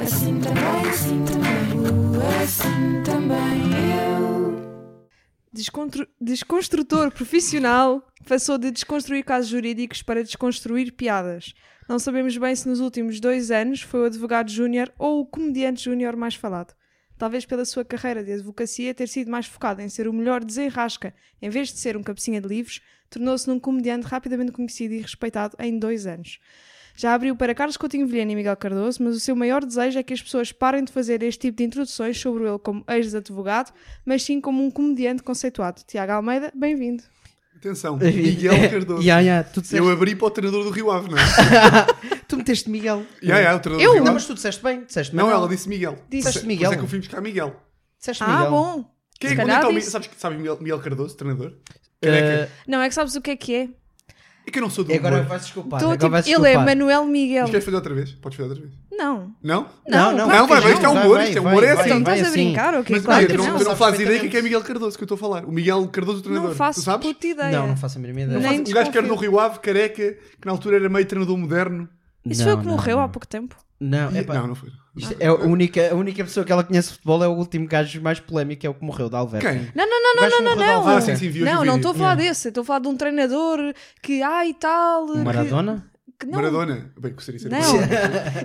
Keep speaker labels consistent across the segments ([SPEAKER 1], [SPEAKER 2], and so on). [SPEAKER 1] Assim também, assim também, o assim também eu.
[SPEAKER 2] Descontru- Desconstrutor profissional passou de desconstruir casos jurídicos para desconstruir piadas. Não sabemos bem se nos últimos dois anos foi o advogado júnior ou o comediante júnior mais falado. Talvez pela sua carreira de advocacia ter sido mais focada em ser o melhor desenrasca em vez de ser um cabecinha de livros, tornou-se num comediante rapidamente conhecido e respeitado em dois anos. Já abriu para Carlos Coutinho Vilhena e Miguel Cardoso, mas o seu maior desejo é que as pessoas parem de fazer este tipo de introduções sobre ele como ex-advogado, mas sim como um comediante conceituado. Tiago Almeida, bem-vindo.
[SPEAKER 3] Atenção, Miguel Cardoso.
[SPEAKER 4] Yeah, yeah, tu, disseste-
[SPEAKER 3] Eu abri para o treinador do Rio Ave, não é?
[SPEAKER 4] tu meteste Miguel.
[SPEAKER 3] yeah, yeah, o treinador
[SPEAKER 2] Eu?
[SPEAKER 3] do Rio
[SPEAKER 4] Não,
[SPEAKER 3] Ave.
[SPEAKER 4] mas tu disseste bem. Disseste
[SPEAKER 3] Não,
[SPEAKER 4] Manuel.
[SPEAKER 3] ela disse Miguel.
[SPEAKER 2] Disseste
[SPEAKER 3] Por isso é-
[SPEAKER 4] Miguel.
[SPEAKER 3] por isso é que eu fui buscar Miguel.
[SPEAKER 4] Disseste
[SPEAKER 2] Ah,
[SPEAKER 4] Miguel.
[SPEAKER 2] bom!
[SPEAKER 3] Quem
[SPEAKER 2] Se
[SPEAKER 3] é, onde é
[SPEAKER 2] calhar
[SPEAKER 3] que está o Mi-
[SPEAKER 2] disse.
[SPEAKER 3] Sabes, sabes Miguel, Miguel Cardoso, treinador?
[SPEAKER 4] Eh,
[SPEAKER 3] Careca.
[SPEAKER 2] Não, é que sabes o que é que é?
[SPEAKER 3] é que eu não sou do
[SPEAKER 4] e
[SPEAKER 3] humor.
[SPEAKER 4] agora vais desculpar.
[SPEAKER 2] Tô,
[SPEAKER 4] agora
[SPEAKER 2] tipo,
[SPEAKER 4] vais
[SPEAKER 2] ele é
[SPEAKER 4] desculpar.
[SPEAKER 2] Manuel Miguel.
[SPEAKER 3] Mas queres fazer outra vez? Podes fazer outra vez?
[SPEAKER 2] Não.
[SPEAKER 3] Não?
[SPEAKER 2] Não,
[SPEAKER 4] não,
[SPEAKER 2] claro
[SPEAKER 3] não, vai,
[SPEAKER 2] que
[SPEAKER 3] vai, isto é
[SPEAKER 4] Vai,
[SPEAKER 3] humor,
[SPEAKER 4] vai,
[SPEAKER 3] isto é
[SPEAKER 4] vai,
[SPEAKER 3] humor, é
[SPEAKER 4] vai.
[SPEAKER 3] assim.
[SPEAKER 2] Então estás a
[SPEAKER 4] assim.
[SPEAKER 2] brincar, ok?
[SPEAKER 3] Mas
[SPEAKER 2] Claro
[SPEAKER 3] não,
[SPEAKER 2] que
[SPEAKER 3] tu não,
[SPEAKER 2] não.
[SPEAKER 3] tu não
[SPEAKER 4] Sabes
[SPEAKER 3] fazes ideia quem
[SPEAKER 4] perfeitamente.
[SPEAKER 3] é que é Miguel Cardoso que eu estou a falar. O Miguel Cardoso, o treinador.
[SPEAKER 2] Não faço
[SPEAKER 3] tu sabes?
[SPEAKER 2] puta ideia.
[SPEAKER 4] Não, não faço a mínima ideia.
[SPEAKER 2] Não
[SPEAKER 3] Faz-
[SPEAKER 2] Nem
[SPEAKER 3] o gajo que era do
[SPEAKER 2] desconfio.
[SPEAKER 3] Rio Ave, careca, que na altura era meio treinador moderno.
[SPEAKER 2] Isso
[SPEAKER 4] Não,
[SPEAKER 2] foi o que
[SPEAKER 4] não,
[SPEAKER 2] morreu
[SPEAKER 4] não.
[SPEAKER 2] há pouco tempo.
[SPEAKER 4] Não,
[SPEAKER 3] E-
[SPEAKER 4] epá,
[SPEAKER 3] Não, não foi.
[SPEAKER 4] isto é a única, a única pessoa que ela conhece de futebol é o último gajo mais polémico, é o que morreu da Alverca.
[SPEAKER 3] Quem?
[SPEAKER 2] Não, não, não,
[SPEAKER 4] O gajo
[SPEAKER 2] não, não,
[SPEAKER 4] que morreu de
[SPEAKER 2] não.
[SPEAKER 4] Alverca.
[SPEAKER 3] Ah, sim, sim, vi hoje
[SPEAKER 2] Não,
[SPEAKER 3] o
[SPEAKER 2] não
[SPEAKER 3] vídeo.
[SPEAKER 2] estou a falar desse. assim, eu Estou a falar de um treinador que, ai tal.
[SPEAKER 4] O
[SPEAKER 2] que-
[SPEAKER 4] Maradona?
[SPEAKER 2] que não-
[SPEAKER 3] Maradona. Bem, gostaria de ser. assim.
[SPEAKER 2] Não,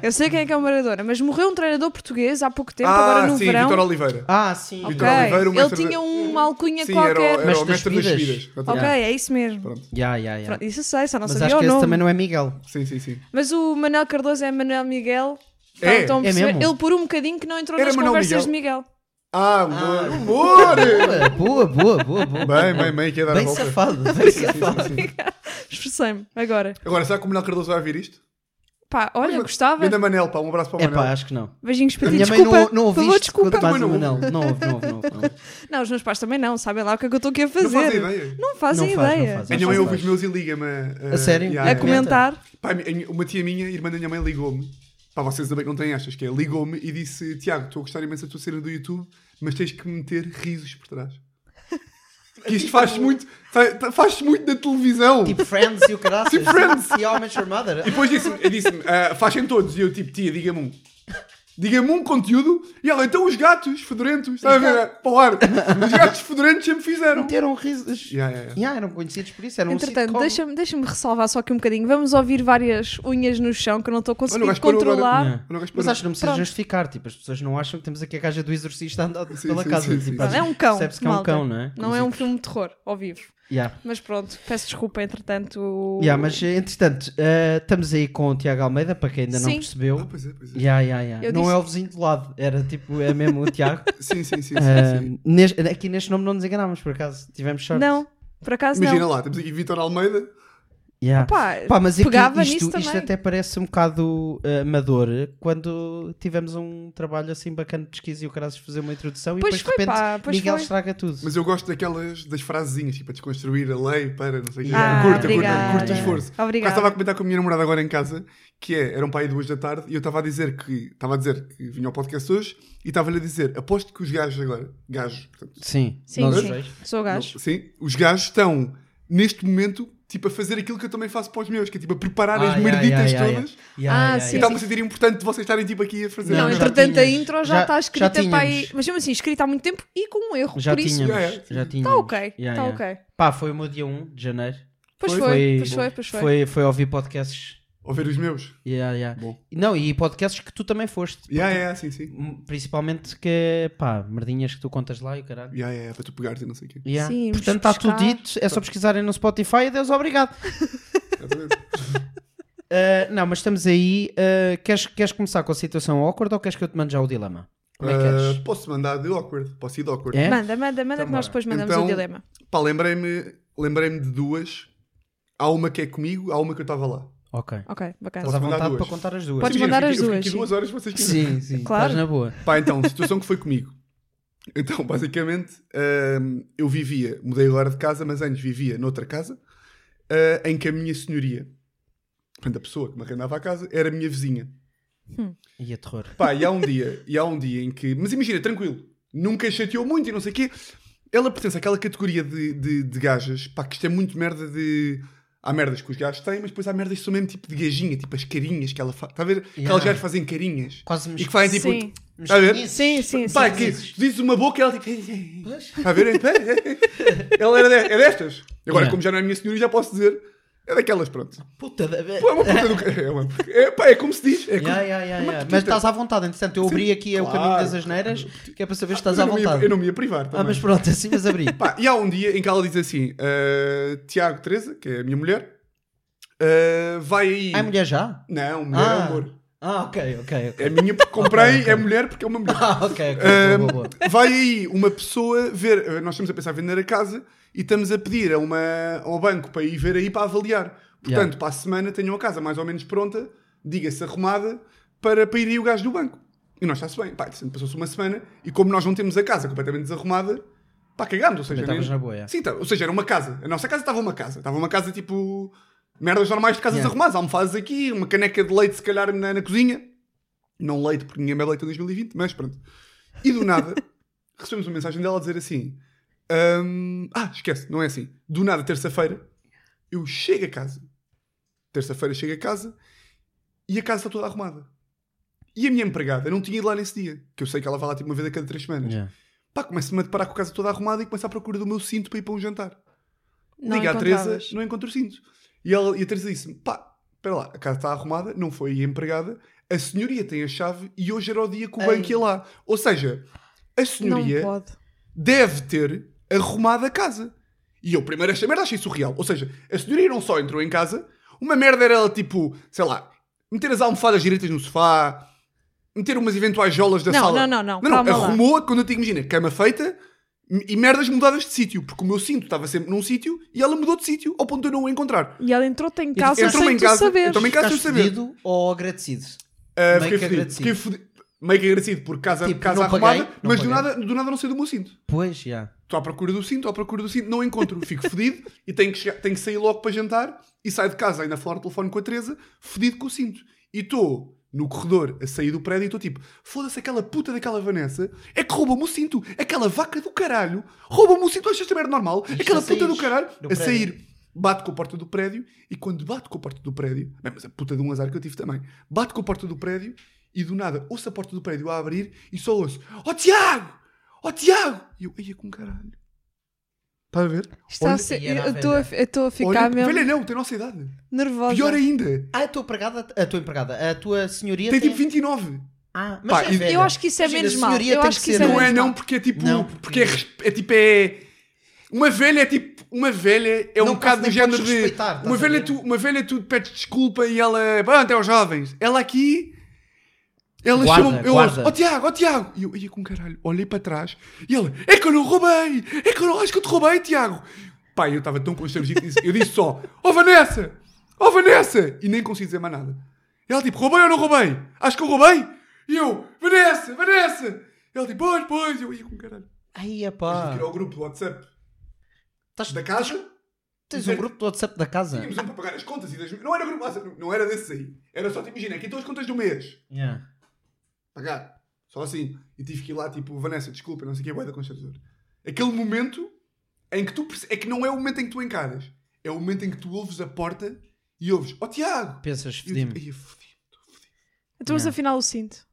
[SPEAKER 2] eu sei quem é que é o Maradona, mas morreu um treinador português há pouco tempo, agora
[SPEAKER 3] Ah,
[SPEAKER 2] no
[SPEAKER 3] sim,
[SPEAKER 2] verão.
[SPEAKER 3] Vitor Oliveira.
[SPEAKER 4] Ah, sim.
[SPEAKER 3] Ok.
[SPEAKER 2] Ok,
[SPEAKER 3] Vitor Oliveira, o
[SPEAKER 2] Ele
[SPEAKER 3] mestre
[SPEAKER 2] tinha
[SPEAKER 3] da-
[SPEAKER 2] uma alcunha
[SPEAKER 3] Sim, era o,
[SPEAKER 2] qualquer.
[SPEAKER 3] era
[SPEAKER 4] Mas
[SPEAKER 3] o
[SPEAKER 4] das
[SPEAKER 3] mestre das
[SPEAKER 4] vidas.
[SPEAKER 3] vidas.
[SPEAKER 2] Ok, é isso mesmo.
[SPEAKER 3] Pronto.
[SPEAKER 4] Yeah, yeah, yeah.
[SPEAKER 2] Pronto, isso eu sei, só não
[SPEAKER 4] Mas
[SPEAKER 2] sabia
[SPEAKER 4] acho
[SPEAKER 2] o
[SPEAKER 4] que esse
[SPEAKER 2] nome.
[SPEAKER 4] também não é Miguel.
[SPEAKER 3] Sim, sim, sim.
[SPEAKER 2] Mas o Manuel Cardoso é Manuel Miguel. Estão-
[SPEAKER 3] É?
[SPEAKER 2] estão a
[SPEAKER 4] É
[SPEAKER 2] perceber?
[SPEAKER 4] mesmo?
[SPEAKER 2] Ele por um bocadinho que não entrou
[SPEAKER 3] Era
[SPEAKER 2] nas
[SPEAKER 3] Manuel
[SPEAKER 2] conversas de Miguel.
[SPEAKER 3] Ah, humor! humor!
[SPEAKER 4] Boa, boa, boa, boa.
[SPEAKER 3] bem, bem, bem, quer dar a
[SPEAKER 4] Bem
[SPEAKER 3] volta.
[SPEAKER 4] safado, bem safado.
[SPEAKER 2] Expressei-me agora.
[SPEAKER 3] Agora, será que o Manuel Cardoso vai ouvir isto?
[SPEAKER 2] Pá, olha, gostava.
[SPEAKER 3] Venda Manel, pá, um abraço para o
[SPEAKER 4] É
[SPEAKER 3] Manel.
[SPEAKER 4] pá, acho que não.
[SPEAKER 2] Beijinhos para
[SPEAKER 4] A
[SPEAKER 2] ti.
[SPEAKER 4] minha
[SPEAKER 2] Desculpa,
[SPEAKER 4] mãe não, não ouve
[SPEAKER 2] por favor,
[SPEAKER 4] isto quando
[SPEAKER 2] desculpa.
[SPEAKER 4] estás
[SPEAKER 3] Também
[SPEAKER 4] no
[SPEAKER 3] não
[SPEAKER 4] Manel. Não ouve, não ouve, não ouve. não ouve.
[SPEAKER 2] Não, os meus pais também não, sabem lá o que é que eu estou aqui a fazer.
[SPEAKER 3] não faz ideia.
[SPEAKER 2] Não fazem
[SPEAKER 4] Não faz, não
[SPEAKER 2] ideia.
[SPEAKER 4] faz.
[SPEAKER 3] A minha mãe
[SPEAKER 4] Não
[SPEAKER 3] ouve os meus e liga-me. ah,
[SPEAKER 4] A sério? É
[SPEAKER 3] yeah,
[SPEAKER 2] A
[SPEAKER 3] yeah.
[SPEAKER 2] comentar.
[SPEAKER 3] Pá, a minha- uma tia minha, irmã da minha mãe, ligou-me. Pá, vocês também não têm estas, que é, ligou-me e disse, Tiago, estou a gostar imenso da tua cena do YouTube, mas tens que meter risos por trás. Que isto faz muito, fa- faz muito na televisão.
[SPEAKER 4] Tipo Friends e o caraças.
[SPEAKER 3] Tipo Friends.
[SPEAKER 4] E How I Met Your Mother.
[SPEAKER 3] E depois disse-me, eu disse-me, ah, fazem todos. E eu, tipo, tia, diga-me um. Diga-me um conteúdo. E ela, então os gatos fedorentos. Estás a ver? Para o ar. Os gatos fedorentos sempre fizeram.
[SPEAKER 4] Meteram risos.
[SPEAKER 3] Yeah, yeah, yeah.
[SPEAKER 4] Yeah, eram conhecidos por isso. Era um
[SPEAKER 2] Entretanto,
[SPEAKER 4] sitcom.
[SPEAKER 2] deixa-me deixa-me ressalvar só aqui um bocadinho. Vamos ouvir várias unhas no chão que eu não estou
[SPEAKER 3] Olha, o
[SPEAKER 2] conseguindo
[SPEAKER 3] gajo parou agora.
[SPEAKER 2] controlar.
[SPEAKER 4] Yeah.
[SPEAKER 3] Não gosto de
[SPEAKER 4] Mas
[SPEAKER 3] parar.
[SPEAKER 4] acho que não precisa
[SPEAKER 2] Pronto.
[SPEAKER 4] justificar. Tipo, as pessoas não acham que temos aqui a caixa do exorcista a andar
[SPEAKER 3] Sim,
[SPEAKER 4] pela
[SPEAKER 3] sim,
[SPEAKER 4] casa.
[SPEAKER 3] sim,
[SPEAKER 4] tipo,
[SPEAKER 3] sim.
[SPEAKER 4] acho
[SPEAKER 2] É um cão.
[SPEAKER 4] Percebe-se que é um
[SPEAKER 2] malta.
[SPEAKER 4] cão, não é?
[SPEAKER 2] Não é um filme de terror, ao vivo.
[SPEAKER 4] Yeah.
[SPEAKER 2] Mas pronto, peço desculpa, entretanto. o-
[SPEAKER 4] Yeah, mas entretanto, eh, estamos aí com o Tiago Almeida, para quem ainda não
[SPEAKER 2] Sim.
[SPEAKER 3] Ah,
[SPEAKER 4] percebeu.
[SPEAKER 3] pois é, pois é.
[SPEAKER 4] Yeah, yeah, yeah.
[SPEAKER 2] Eu
[SPEAKER 4] Não
[SPEAKER 2] disse-
[SPEAKER 4] é o vizinho do lado, era tipo, é mesmo o Tiago.
[SPEAKER 3] Sim, sim, sim. sim,
[SPEAKER 4] Eh,
[SPEAKER 3] sim.
[SPEAKER 4] nes- aqui neste nome não nos enganámos, por acaso. Tivemos sorte.
[SPEAKER 2] Não, por acaso
[SPEAKER 3] Imagina
[SPEAKER 2] não.
[SPEAKER 3] lá, temos aqui Vitor Almeida.
[SPEAKER 4] Yeah.
[SPEAKER 2] Pá,
[SPEAKER 4] Pá, mas é que
[SPEAKER 2] pegava
[SPEAKER 4] isto,
[SPEAKER 2] nisso
[SPEAKER 4] isto
[SPEAKER 2] também.
[SPEAKER 4] até parece um bocado eh, amador quando tivemos um trabalho assim bacana de pesquisa e o Caracas fazer uma introdução e
[SPEAKER 2] Pois
[SPEAKER 4] depois
[SPEAKER 2] foi,
[SPEAKER 4] de repente
[SPEAKER 2] pá, pois
[SPEAKER 4] Miguel
[SPEAKER 2] foi.
[SPEAKER 4] estraga tudo.
[SPEAKER 3] Mas eu gosto daquelas, das frasezinhas, tipo, a desconstruir a lei para, não sei o quê.
[SPEAKER 4] Ah,
[SPEAKER 3] curto,
[SPEAKER 2] obrigada.
[SPEAKER 3] curto, curto o esforço. Por acaso
[SPEAKER 2] Obrigada.
[SPEAKER 3] estava a comentar com a minha namorada agora em casa, que é, era um pai duas da tarde, e eu estava a dizer que, estava a dizer que vinha ao podcast hoje, e estava-lhe a dizer, aposto que os gajos agora, gajos, portanto,
[SPEAKER 4] Sim,
[SPEAKER 2] Sim,
[SPEAKER 4] nós os
[SPEAKER 2] sim.
[SPEAKER 4] dois.
[SPEAKER 2] Sou gajo.
[SPEAKER 3] Não, sim, os gajos estão, neste momento, tipo, a fazer aquilo que eu também faço para os meus, que é tipo, a preparar
[SPEAKER 4] Ah,
[SPEAKER 3] as
[SPEAKER 4] yeah,
[SPEAKER 3] merditas
[SPEAKER 4] yeah, yeah,
[SPEAKER 3] todas.
[SPEAKER 4] Yeah,
[SPEAKER 2] Ah,
[SPEAKER 4] yeah,
[SPEAKER 2] sim.
[SPEAKER 3] E
[SPEAKER 4] yeah.
[SPEAKER 3] está-me a sentir importante de vocês estarem tipo aqui a fazer.
[SPEAKER 2] Não,
[SPEAKER 4] Não, já
[SPEAKER 2] entretanto a
[SPEAKER 4] tínhamos.
[SPEAKER 2] intro já
[SPEAKER 4] Já-
[SPEAKER 2] está
[SPEAKER 4] já
[SPEAKER 2] escrita para aí.
[SPEAKER 4] tínhamos.
[SPEAKER 2] Mas mesmo assim, escrita há muito tempo e com um erro.
[SPEAKER 4] Já
[SPEAKER 2] por isso.
[SPEAKER 4] tínhamos,
[SPEAKER 3] Yeah, yeah.
[SPEAKER 4] já tínhamos.
[SPEAKER 2] Está ok, está
[SPEAKER 4] Yeah, yeah.
[SPEAKER 2] ok.
[SPEAKER 4] Pá, foi o meu dia 1 de janeiro.
[SPEAKER 2] Pois foi,
[SPEAKER 4] Foi-
[SPEAKER 2] pois foi, pois foi.
[SPEAKER 4] Foi, foi ouvir podcasts.
[SPEAKER 3] Ou ver os meus.
[SPEAKER 4] Yeah, yeah.
[SPEAKER 3] Bom.
[SPEAKER 4] Não, e podcasts que tu também foste.
[SPEAKER 3] Yeah, yeah, sim, sim.
[SPEAKER 4] M- Principalmente que, pá, merdinhas que tu contas lá e o caralho.
[SPEAKER 3] Yeah, yeah, para tu pegares e não sei o quê.
[SPEAKER 4] Yeah.
[SPEAKER 2] Sim,
[SPEAKER 4] Portanto,
[SPEAKER 2] vamos
[SPEAKER 4] está tudo
[SPEAKER 2] buscar.
[SPEAKER 4] dito. É só pesquisarem no Spotify e Deus obrigado.
[SPEAKER 3] Exatamente.
[SPEAKER 4] Uh, não, mas estamos aí. uh, queres, queres começar com a situação awkward ou queres que eu te mande já o dilema? Como é que
[SPEAKER 3] Ah,
[SPEAKER 4] queres?
[SPEAKER 3] posso mandar de awkward? Posso ir de awkward?
[SPEAKER 4] É?
[SPEAKER 2] Manda, manda, manda que nós
[SPEAKER 4] Então
[SPEAKER 2] depois mandamos
[SPEAKER 3] Então-
[SPEAKER 2] o dilema.
[SPEAKER 3] Pá, lembrei-me lembrei de duas. Há uma que é comigo, há uma que eu estava lá.
[SPEAKER 4] Ok.
[SPEAKER 2] Ok, bacana.
[SPEAKER 4] Estás
[SPEAKER 3] mandar
[SPEAKER 4] à vontade
[SPEAKER 3] duas?
[SPEAKER 4] para contar as duas.
[SPEAKER 2] Podes
[SPEAKER 3] Imagina,
[SPEAKER 2] mandar
[SPEAKER 3] eu
[SPEAKER 2] as
[SPEAKER 3] fiquei-
[SPEAKER 2] duas,
[SPEAKER 3] Eu fiquei
[SPEAKER 2] sim.
[SPEAKER 3] duas horas vocês quiserem.
[SPEAKER 4] Sim, sim.
[SPEAKER 2] Claro.
[SPEAKER 4] Estás na boa.
[SPEAKER 3] Pá, então, situação que foi comigo. Então, basicamente, hum, eu vivia, mudei agora de casa, mas antes vivia noutra casa, hum, em que a minha senhoria, portanto, a pessoa que me arrendava a casa, era a minha vizinha.
[SPEAKER 4] E a terror.
[SPEAKER 3] Pá, e há um dia, e há um dia em que. Mas imagina, tranquilo, nunca chateou muito e não sei o quê. Ela pertence àquela categoria de, de, de gajas, pá, que isto é muito merda de. Há merdas que os gajos têm, mas depois há merdas que são mesmo tipo de gajinha, tipo as carinhas que ela faz. Está a ver? Aqueles gajos fazem carinhas.
[SPEAKER 4] Quase me
[SPEAKER 3] E que fazem tipo.
[SPEAKER 2] Sim.
[SPEAKER 3] Está a ver?
[SPEAKER 2] Sim, sim, sim.
[SPEAKER 3] Pá, que dizes uma boca e ela tipo. Está a ver? ela era de- é destas. Agora,
[SPEAKER 4] Yeah.
[SPEAKER 3] como já não é minha senhora, já posso dizer. É daquelas, pronto.
[SPEAKER 4] Puta da.
[SPEAKER 3] Pô, é uma puta do caralho. É, uma- é, pá, é como se diz. É como-
[SPEAKER 4] Yeah, yeah, yeah,
[SPEAKER 3] uma
[SPEAKER 4] yeah.
[SPEAKER 3] puta.
[SPEAKER 4] Mas estás à vontade, entretanto, eu abri aqui é o caminho
[SPEAKER 3] claro.
[SPEAKER 4] das asneiras, que é para saber se estás
[SPEAKER 3] eu
[SPEAKER 4] à
[SPEAKER 3] não me ia-
[SPEAKER 4] vontade.
[SPEAKER 3] Eu não me ia privar também.
[SPEAKER 4] Ah, mas pronto, assim mas abri.
[SPEAKER 3] Pá, e há um dia em que ela diz assim: ah, Tiago Teresa, que é a minha mulher, ah, vai aí.
[SPEAKER 4] Ai, é mulher já?
[SPEAKER 3] Não, mulher é
[SPEAKER 4] Ah.
[SPEAKER 3] amor.
[SPEAKER 4] Ah, ok, ok, ok.
[SPEAKER 3] É minha porque comprei, é mulher porque é uma mulher.
[SPEAKER 4] Ah, ok, ok.
[SPEAKER 3] Ah,
[SPEAKER 4] boa, boa, boa.
[SPEAKER 3] vai aí uma pessoa ver. ah, Nós estamos a pensar em vender a casa e estamos a pedir a uma, ao banco para ir ver aí para avaliar. Portanto,
[SPEAKER 4] Yeah.
[SPEAKER 3] para a semana tenham a casa mais ou menos pronta, diga-se arrumada, para, para ir aí o gajo do banco. E nós está-se bem. Pá, passou-se uma semana e como nós não temos a casa completamente desarrumada, pá, cagámos. Ou seja,
[SPEAKER 4] Também estavas
[SPEAKER 3] nem-
[SPEAKER 4] na boia.
[SPEAKER 3] Sim, tá- ou seja, era uma casa. A nossa casa estava uma casa. Estava uma casa tipo. Merdas normais de casas
[SPEAKER 4] Yeah.
[SPEAKER 3] arrumadas. Almofadas aqui, uma caneca de leite, se calhar, na, na cozinha. Não leite, porque ninguém bebe leite em 2020, mas pronto. E do nada, recebemos uma mensagem dela a dizer assim: "Hum, Ah, esquece, não é assim. Do nada, terça-feira, eu chego a casa. Terça-feira chego a casa e a casa está toda arrumada. E a minha empregada não tinha ido lá nesse dia, que eu sei que ela vai lá tipo uma vez a cada três semanas.
[SPEAKER 4] Yeah.
[SPEAKER 3] Pá, começo-me a deparar com a casa toda arrumada e começo à procura do meu cinto para ir para um jantar.
[SPEAKER 2] Não
[SPEAKER 3] Liga à Teresa,
[SPEAKER 2] encontravas.
[SPEAKER 3] não encontro o cinto. E, ela, e a Teresa disse-me: pá, espera lá, a casa está arrumada, não foi aí a empregada, a senhoria tem a chave e hoje era o dia que o
[SPEAKER 4] Ei.
[SPEAKER 3] banco ia lá. Ou seja, a
[SPEAKER 2] Não
[SPEAKER 3] é senhoria
[SPEAKER 2] pode.
[SPEAKER 3] deve ter arrumado a casa. E eu primeiro esta merda achei surreal. Ou seja, a senhoria não só entrou em casa, uma merda era ela tipo, sei lá, meter as almofadas direitas no sofá, meter umas eventuais jolas da
[SPEAKER 2] Não,
[SPEAKER 3] sala.
[SPEAKER 2] não, não, não, calma lá.
[SPEAKER 3] arrumou a quando eu te imagina, cama feita m- e merdas mudadas de sítio, porque o meu cinto estava sempre num sítio e ela mudou de sítio ao ponto de eu não o encontrar.
[SPEAKER 2] E ela entrou-te em casa
[SPEAKER 3] entrou-me
[SPEAKER 2] sem
[SPEAKER 3] em
[SPEAKER 2] tu
[SPEAKER 3] casa, então
[SPEAKER 2] saberes.
[SPEAKER 3] entrou-me em casa. Ficaste
[SPEAKER 4] Ficaste
[SPEAKER 3] a saber.
[SPEAKER 4] fedido ou agradecido?
[SPEAKER 3] Ah,
[SPEAKER 4] Meio
[SPEAKER 3] fiquei
[SPEAKER 4] que
[SPEAKER 3] fedido,
[SPEAKER 4] agradecido.
[SPEAKER 3] fiquei fedido, meio que agradecido por casa,
[SPEAKER 4] Tipo,
[SPEAKER 3] casa
[SPEAKER 4] não
[SPEAKER 3] arrumada,
[SPEAKER 4] paguei, não
[SPEAKER 3] mas do
[SPEAKER 4] paguei.
[SPEAKER 3] nada, do nada não sei do meu cinto.
[SPEAKER 4] Pois, já.
[SPEAKER 3] Estou à procura do cinto, estou à procura do cinto, não encontro, fico fedido e tenho que, chegar- tenho que sair logo para jantar e saio de casa ainda a falar no telefone com a Teresa, fedido com o cinto. E estou no corredor a sair do prédio e estou tipo, foda-se aquela puta daquela Vanessa, é que rouba-me o cinto, aquela vaca do caralho, rouba-me o cinto, achas esta merda normal,
[SPEAKER 4] Isto
[SPEAKER 3] aquela
[SPEAKER 4] a
[SPEAKER 3] puta do
[SPEAKER 4] saíres
[SPEAKER 3] caralho,
[SPEAKER 4] do
[SPEAKER 3] a
[SPEAKER 4] prédio.
[SPEAKER 3] sair. Bato com a porta do prédio e quando bato com a porta do prédio, bem, mas a puta de um azar que eu tive também, bato com a porta do prédio e do nada ouço a porta do prédio a abrir e só ouço, ó Tiago! ó Tiago! E eu, ia com caralho. Estás a ver?
[SPEAKER 2] Está
[SPEAKER 3] Olha-
[SPEAKER 2] a ser...
[SPEAKER 4] E era a
[SPEAKER 2] Eu estou a, eu estou a ficar
[SPEAKER 3] Olha-
[SPEAKER 2] mesmo
[SPEAKER 3] Velha não, tem a nossa idade.
[SPEAKER 2] nervosa.
[SPEAKER 3] Pior ainda,
[SPEAKER 4] Ah, a tua empregada, a tua empregada, a tua senhoria
[SPEAKER 3] tem tipo 29.
[SPEAKER 4] Ah, mas
[SPEAKER 3] Pá,
[SPEAKER 4] já
[SPEAKER 3] e-
[SPEAKER 4] é velha.
[SPEAKER 2] Eu acho que isso é
[SPEAKER 4] Imagina,
[SPEAKER 2] menos
[SPEAKER 4] a
[SPEAKER 2] mal.
[SPEAKER 4] senhoria
[SPEAKER 2] Eu
[SPEAKER 4] tem
[SPEAKER 2] acho que
[SPEAKER 4] ser um
[SPEAKER 2] isso é
[SPEAKER 3] Não
[SPEAKER 4] velha.
[SPEAKER 3] é
[SPEAKER 2] menos
[SPEAKER 3] não,
[SPEAKER 2] mal.
[SPEAKER 3] porque é tipo.
[SPEAKER 4] Não.
[SPEAKER 3] Porque é, res- é tipo. É, uma velha é tipo. Uma velha é
[SPEAKER 4] Não
[SPEAKER 3] um bocado do
[SPEAKER 4] podes- nem
[SPEAKER 3] género
[SPEAKER 4] podes
[SPEAKER 3] de.
[SPEAKER 4] respeitar, estás
[SPEAKER 3] Uma
[SPEAKER 4] a
[SPEAKER 3] velha,
[SPEAKER 4] ver?
[SPEAKER 3] tu, uma velha tu pedes desculpa e ela. Pronto, é aos jovens. Ela aqui. Ela
[SPEAKER 4] Guarda,
[SPEAKER 3] chama eu
[SPEAKER 4] guarda.
[SPEAKER 3] ouço, ó Tiago, ó Tiago! E eu ia com caralho, olhei para trás e ela, é que eu não roubei! É que eu não acho que eu te roubei, Tiago! Pai, eu estava tão constrangido, que disse- eu disse só, ó Vanessa! Ó Vanessa! E nem consegui dizer mais nada. E ela tipo, roubei ou não roubei? Acho que eu roubei! E eu, Vanessa, Vanessa! E ela tipo, pois, pois! E eu ia com caralho.
[SPEAKER 4] Ai,
[SPEAKER 3] Ah.
[SPEAKER 4] epá.
[SPEAKER 3] Tirou o grupo do WhatsApp
[SPEAKER 4] Estás-
[SPEAKER 3] da casa,
[SPEAKER 4] Tens um grupo do WhatsApp da casa?
[SPEAKER 3] tínhamos um para pagar as contas e das. Não era grupo do WhatsApp, não era desse aí. Era só, tipo, imagina, aqui estão as contas do mês.
[SPEAKER 4] Yeah.
[SPEAKER 3] pagar. Só assim. E tive que ir lá, tipo, Vanessa, desculpa, não sei o que é bué da constrangedor. Aquele momento em que tu perce- É que não é o momento em que tu encaras. É o momento em que tu ouves a porta e ouves, ó Tiago!
[SPEAKER 4] Pensas,
[SPEAKER 3] E eu, tipo,
[SPEAKER 4] fedi-me.
[SPEAKER 3] "Ai, eu fodi-me."
[SPEAKER 2] Então, mas
[SPEAKER 4] Não.
[SPEAKER 2] afinal, o cinto.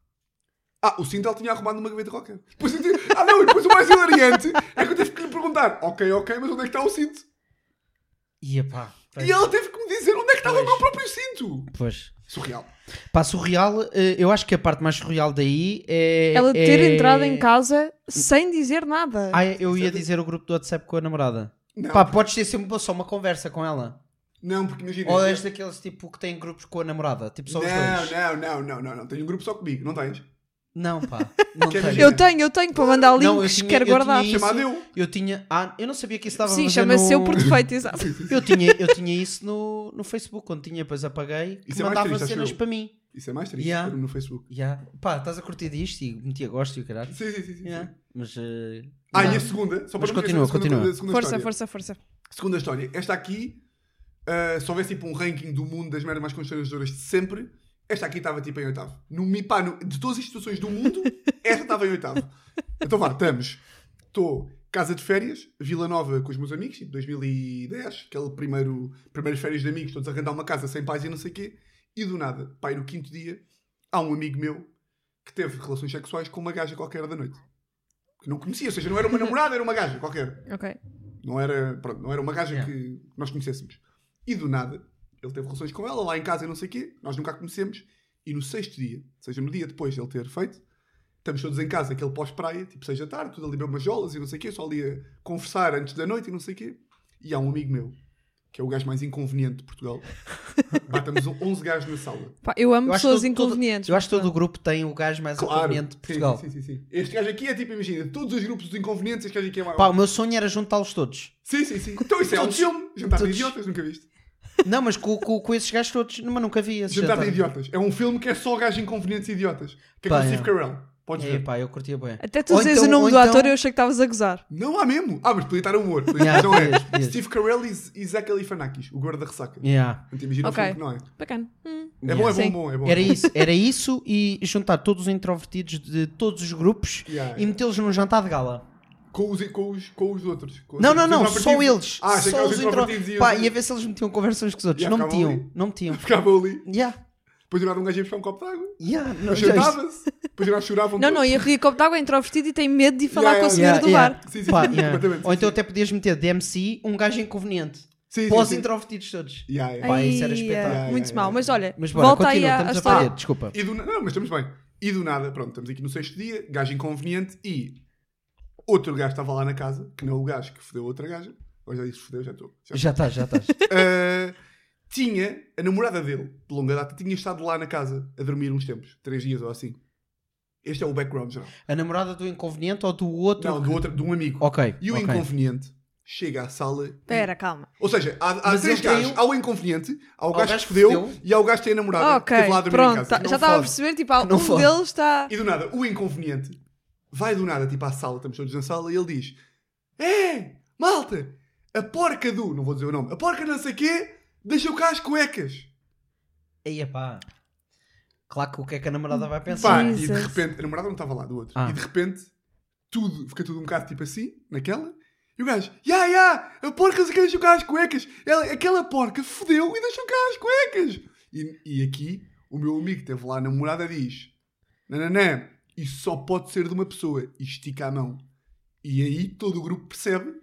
[SPEAKER 3] Ah, o cinto ele tinha arrumado numa gaveta qualquer. Depois eu tive- Ah não, e depois o mais hilariante é que eu tive que lhe perguntar, ok, ok, mas onde é que está o cinto?
[SPEAKER 4] E epá.
[SPEAKER 3] E ela teve que me dizer onde é que estava o
[SPEAKER 4] Pois.
[SPEAKER 3] meu próprio cinto.
[SPEAKER 4] Pois.
[SPEAKER 3] Surreal.
[SPEAKER 4] Pá, surreal, eh, eu acho que a parte mais surreal daí é.
[SPEAKER 2] Ela ter
[SPEAKER 4] é-
[SPEAKER 2] entrado em casa sem dizer nada.
[SPEAKER 4] Ah, eu ia dizer o grupo do WhatsApp com a namorada.
[SPEAKER 3] Não,
[SPEAKER 4] Pá, podes ter sempre uma- só uma conversa com ela.
[SPEAKER 3] não porque imagina.
[SPEAKER 4] Ou és daqueles tipo que têm grupos com a namorada, tipo só os dois.
[SPEAKER 3] não, não, não, não, não, não. Tenho um grupo só comigo, não tens?
[SPEAKER 4] Não, pá. Não
[SPEAKER 3] Quer
[SPEAKER 4] tenho.
[SPEAKER 3] dizer-
[SPEAKER 2] Eu tenho, eu tenho para mandar
[SPEAKER 4] Não, eu
[SPEAKER 2] links,
[SPEAKER 4] tinha-
[SPEAKER 2] quero
[SPEAKER 4] eu tinha
[SPEAKER 2] guardar.
[SPEAKER 4] isso-
[SPEAKER 3] Chamado eu.
[SPEAKER 4] Eu tinha. Ah, eu não sabia que isso estava a
[SPEAKER 2] Sim,
[SPEAKER 4] fazer
[SPEAKER 2] chama-se eu
[SPEAKER 4] no-
[SPEAKER 2] por defeito, exato.
[SPEAKER 4] Eu tinha, eu tinha isso no, no Facebook, quando tinha, depois apaguei,
[SPEAKER 3] Isso
[SPEAKER 4] que
[SPEAKER 3] é mais
[SPEAKER 4] mandava
[SPEAKER 3] triste, acho
[SPEAKER 4] cenas
[SPEAKER 3] eu.
[SPEAKER 4] para mim.
[SPEAKER 3] Isso é mais triste,
[SPEAKER 4] Yeah.
[SPEAKER 3] pôr-me no Facebook.
[SPEAKER 4] Ya. Pá, estás a curtir disto e metia gosto e o caralho.
[SPEAKER 3] Sim, sim, sim. sim,
[SPEAKER 4] Ya.
[SPEAKER 3] sim.
[SPEAKER 4] Mas. eh,
[SPEAKER 3] Ah,
[SPEAKER 4] não.
[SPEAKER 3] e a segunda? Só
[SPEAKER 4] Mas
[SPEAKER 3] para
[SPEAKER 4] continua,
[SPEAKER 3] não esquecer a segunda,
[SPEAKER 4] continua.
[SPEAKER 3] A segunda
[SPEAKER 2] Força,
[SPEAKER 3] história.
[SPEAKER 2] força, força.
[SPEAKER 3] Segunda história. Esta aqui, ah, se houvesse tipo um ranking do mundo das merdas mais constrangedoras de sempre, esta aqui estava tipo em oitavo. No, mi- pá, no- de todas as instituições do mundo, esta estava em oitavo. Então vá, estamos. Estou Casa de férias, Vila Nova com os meus amigos, tipo 2010, aquele primeiro, primeiras férias de amigos, todos a arrendar uma casa sem pais e não sei o quê. E do nada, pai, no quinto dia, há um amigo meu que teve relações sexuais com uma gaja qualquer da noite. Que não conhecia, ou seja, não era uma namorada, era uma gaja qualquer.
[SPEAKER 2] Ok.
[SPEAKER 3] Não era, pronto, não era uma gaja
[SPEAKER 4] Yeah.
[SPEAKER 3] que nós conhecêssemos. E do nada, ele teve relações com ela lá em casa e não sei o quê, nós nunca a conhecemos. E no sexto dia, ou seja, no dia depois de ele ter feito, estamos todos em casa, aquele pós-praia, tipo seis da tarde, tudo ali bem umas jolas e não sei o quê, só ali a conversar antes da noite e não sei o quê. E há um amigo meu, que é o gajo mais inconveniente de Portugal. Batamos 11 gajos na sala.
[SPEAKER 2] Pá, eu amo
[SPEAKER 4] Eu acho
[SPEAKER 2] pessoas
[SPEAKER 4] todo- todo-
[SPEAKER 2] inconvenientes.
[SPEAKER 4] eu acho que todo o grupo tem o gajo mais
[SPEAKER 3] Claro.
[SPEAKER 4] inconveniente de
[SPEAKER 3] Sim,
[SPEAKER 4] Portugal.
[SPEAKER 3] Sim, sim, sim, Este gajo aqui é tipo, imagina, de todos os grupos dos inconvenientes, este gajo aqui é maior.
[SPEAKER 4] Pá, o meu sonho era juntá-los todos.
[SPEAKER 3] Sim, sim, sim. Então isso é um
[SPEAKER 4] Todos-
[SPEAKER 3] filme. Jantar de
[SPEAKER 4] todos.
[SPEAKER 3] idiotas, nunca viste?
[SPEAKER 4] Não, mas com, com, com esses gajos todos, mas nunca vi esse
[SPEAKER 3] Jantar de
[SPEAKER 4] jantar.
[SPEAKER 3] idiotas. É um filme que é só gajos inconvenientes e idiotas. Que é
[SPEAKER 4] tá. Pá,
[SPEAKER 3] com o
[SPEAKER 4] é.
[SPEAKER 3] Steve Carell. Podes
[SPEAKER 4] É,
[SPEAKER 3] ver.
[SPEAKER 4] pá, eu curtia bem.
[SPEAKER 2] Até tu
[SPEAKER 4] Ou
[SPEAKER 2] dizes o
[SPEAKER 4] então-
[SPEAKER 2] nome
[SPEAKER 4] ou
[SPEAKER 2] do
[SPEAKER 4] então-
[SPEAKER 2] ator, eu achei que estavas a gozar.
[SPEAKER 3] Não há mesmo. Ah, mas podia estar humor.
[SPEAKER 4] Yeah,
[SPEAKER 3] então é.
[SPEAKER 4] podias, podias.
[SPEAKER 3] Steve Carell e, e Zach Galifianakis, o guarda ressaca.
[SPEAKER 4] Yeah.
[SPEAKER 3] Não te imagino
[SPEAKER 2] Ok.
[SPEAKER 3] o filme que não é.
[SPEAKER 2] Bacana. Hum.
[SPEAKER 3] É bom, é
[SPEAKER 2] Sim.
[SPEAKER 3] bom, bom, é bom.
[SPEAKER 4] Era isso, era isso e juntar todos os introvertidos de todos os grupos
[SPEAKER 3] Yeah,
[SPEAKER 4] e
[SPEAKER 3] yeah.
[SPEAKER 4] metê-los num jantar de gala.
[SPEAKER 3] Com os, com os, com os outros. Com os
[SPEAKER 4] Não, não,
[SPEAKER 3] outros
[SPEAKER 4] não, só
[SPEAKER 3] introvertidos.
[SPEAKER 4] eles.
[SPEAKER 3] Ah, achei que
[SPEAKER 4] só
[SPEAKER 3] eram
[SPEAKER 4] os
[SPEAKER 3] introvertidos e
[SPEAKER 4] introvertidos. Pá,
[SPEAKER 3] os-
[SPEAKER 4] e a ver se eles metiam conversas com os outros.
[SPEAKER 3] Yeah,
[SPEAKER 4] não
[SPEAKER 3] ficavam
[SPEAKER 4] metiam,
[SPEAKER 3] ali.
[SPEAKER 4] não metiam.
[SPEAKER 3] Ficavam ali.
[SPEAKER 4] Yeah,
[SPEAKER 3] Depois de nada um gajo ia buscar um copo de água.
[SPEAKER 4] yeah, não,
[SPEAKER 3] Depois
[SPEAKER 4] já viste?
[SPEAKER 3] jantava-se. Depois um de nada choravam.
[SPEAKER 2] Não, não,
[SPEAKER 3] todos.
[SPEAKER 2] e a Ria Copo d'Água é introvertido e tem medo de ir falar
[SPEAKER 3] Yeah,
[SPEAKER 2] com a senhora
[SPEAKER 4] yeah,
[SPEAKER 2] do
[SPEAKER 4] yeah.
[SPEAKER 2] bar.
[SPEAKER 3] Sim, sim,
[SPEAKER 4] Pá,
[SPEAKER 3] sim,
[SPEAKER 4] yeah.
[SPEAKER 3] completamente.
[SPEAKER 4] Ou então
[SPEAKER 3] Sim,
[SPEAKER 4] até podias meter DMC, um gajo inconveniente.
[SPEAKER 3] sim,
[SPEAKER 4] Pós
[SPEAKER 3] sim.
[SPEAKER 4] introvertidos todos.
[SPEAKER 3] Yeah, yeah.
[SPEAKER 4] Pá, isso era
[SPEAKER 2] Ai, é, Muito
[SPEAKER 4] espetáculo.
[SPEAKER 3] Yeah, yeah,
[SPEAKER 2] mal,
[SPEAKER 3] yeah.
[SPEAKER 2] mas olha,
[SPEAKER 4] Mas bora,
[SPEAKER 2] volta aí
[SPEAKER 4] continua,
[SPEAKER 2] à à
[SPEAKER 4] estamos a
[SPEAKER 2] história.
[SPEAKER 4] perder, desculpa.
[SPEAKER 3] E do na- não, mas estamos bem. E do nada, pronto, estamos aqui no sexto dia, gajo inconveniente e outro gajo estava lá na casa, que não é o gajo que fodeu a outra gaja, agora já disse fodeu, já estou. já estou.
[SPEAKER 4] Já estás, já tá. estás.
[SPEAKER 3] Ah, tinha, a namorada dele, de longa data, tinha estado lá na casa a dormir uns tempos, três dias ou assim. Este é o background geral.
[SPEAKER 4] A namorada do inconveniente ou do outro?
[SPEAKER 3] Não, do outro, de um amigo.
[SPEAKER 4] Ok.
[SPEAKER 3] E o
[SPEAKER 4] ok.
[SPEAKER 3] inconveniente chega à sala. e-
[SPEAKER 2] Espera, calma.
[SPEAKER 3] Ou seja, há, há
[SPEAKER 4] Mas
[SPEAKER 3] três
[SPEAKER 4] ele tem
[SPEAKER 3] gajos.
[SPEAKER 4] um-
[SPEAKER 3] Há o inconveniente, há o
[SPEAKER 4] Ao
[SPEAKER 3] gajo, que fodeu e há o gajo que tem a namorada
[SPEAKER 2] ok,
[SPEAKER 3] que esteve lá a dormir em
[SPEAKER 2] pronto,
[SPEAKER 3] casa.
[SPEAKER 2] tá-
[SPEAKER 3] Não
[SPEAKER 2] já estava a
[SPEAKER 3] fode.
[SPEAKER 2] perceber, tipo, há-
[SPEAKER 4] Não
[SPEAKER 2] um
[SPEAKER 4] fode.
[SPEAKER 2] deles está...
[SPEAKER 3] E do nada, o inconveniente vai do nada, tipo, à sala, estamos todos na sala, e ele diz: É, malta, a porca do, não vou dizer o nome, a porca não sei quê, deixou cá as cuecas.
[SPEAKER 4] Aí, pá. Claro que o que é que a namorada vai
[SPEAKER 3] Pá,
[SPEAKER 4] pensar?
[SPEAKER 3] e de
[SPEAKER 2] Jesus.
[SPEAKER 3] repente, a namorada não estava lá do outro,
[SPEAKER 4] Ah.
[SPEAKER 3] e de repente, tudo, fica tudo um bocado tipo assim, naquela. E o gajo, ya, ya, a porca não sei quê deixou cá as cuecas. Ela, aquela porca fodeu e deixou cá as cuecas. E, e aqui, o meu amigo que esteve lá, a namorada diz: Não, não, não, isso só pode ser de uma pessoa. E estica a mão. E aí todo o grupo percebe.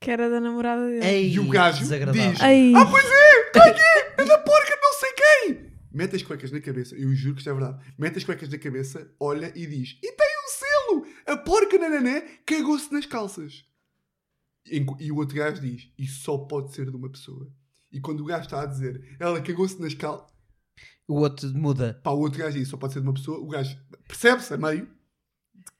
[SPEAKER 2] Que era da namorada dele.
[SPEAKER 4] Ei,
[SPEAKER 3] E o gajo
[SPEAKER 4] desagradável.
[SPEAKER 3] diz-
[SPEAKER 2] Ai.
[SPEAKER 3] Ah, pois é! Qual é que é? É da porca de não sei quem! Mete as cuecas na cabeça, eu juro que isto é verdade. Mete as cuecas na cabeça, olha e diz: E tem um selo! A porca nanané cagou-se nas calças. E, e o outro gajo diz: E só pode ser de uma pessoa. E quando o gajo está a dizer, ela cagou-se nas calças.
[SPEAKER 4] O outro muda.
[SPEAKER 3] Pá, o outro gajo diz: Só pode ser de uma pessoa. O gajo percebe-se a meio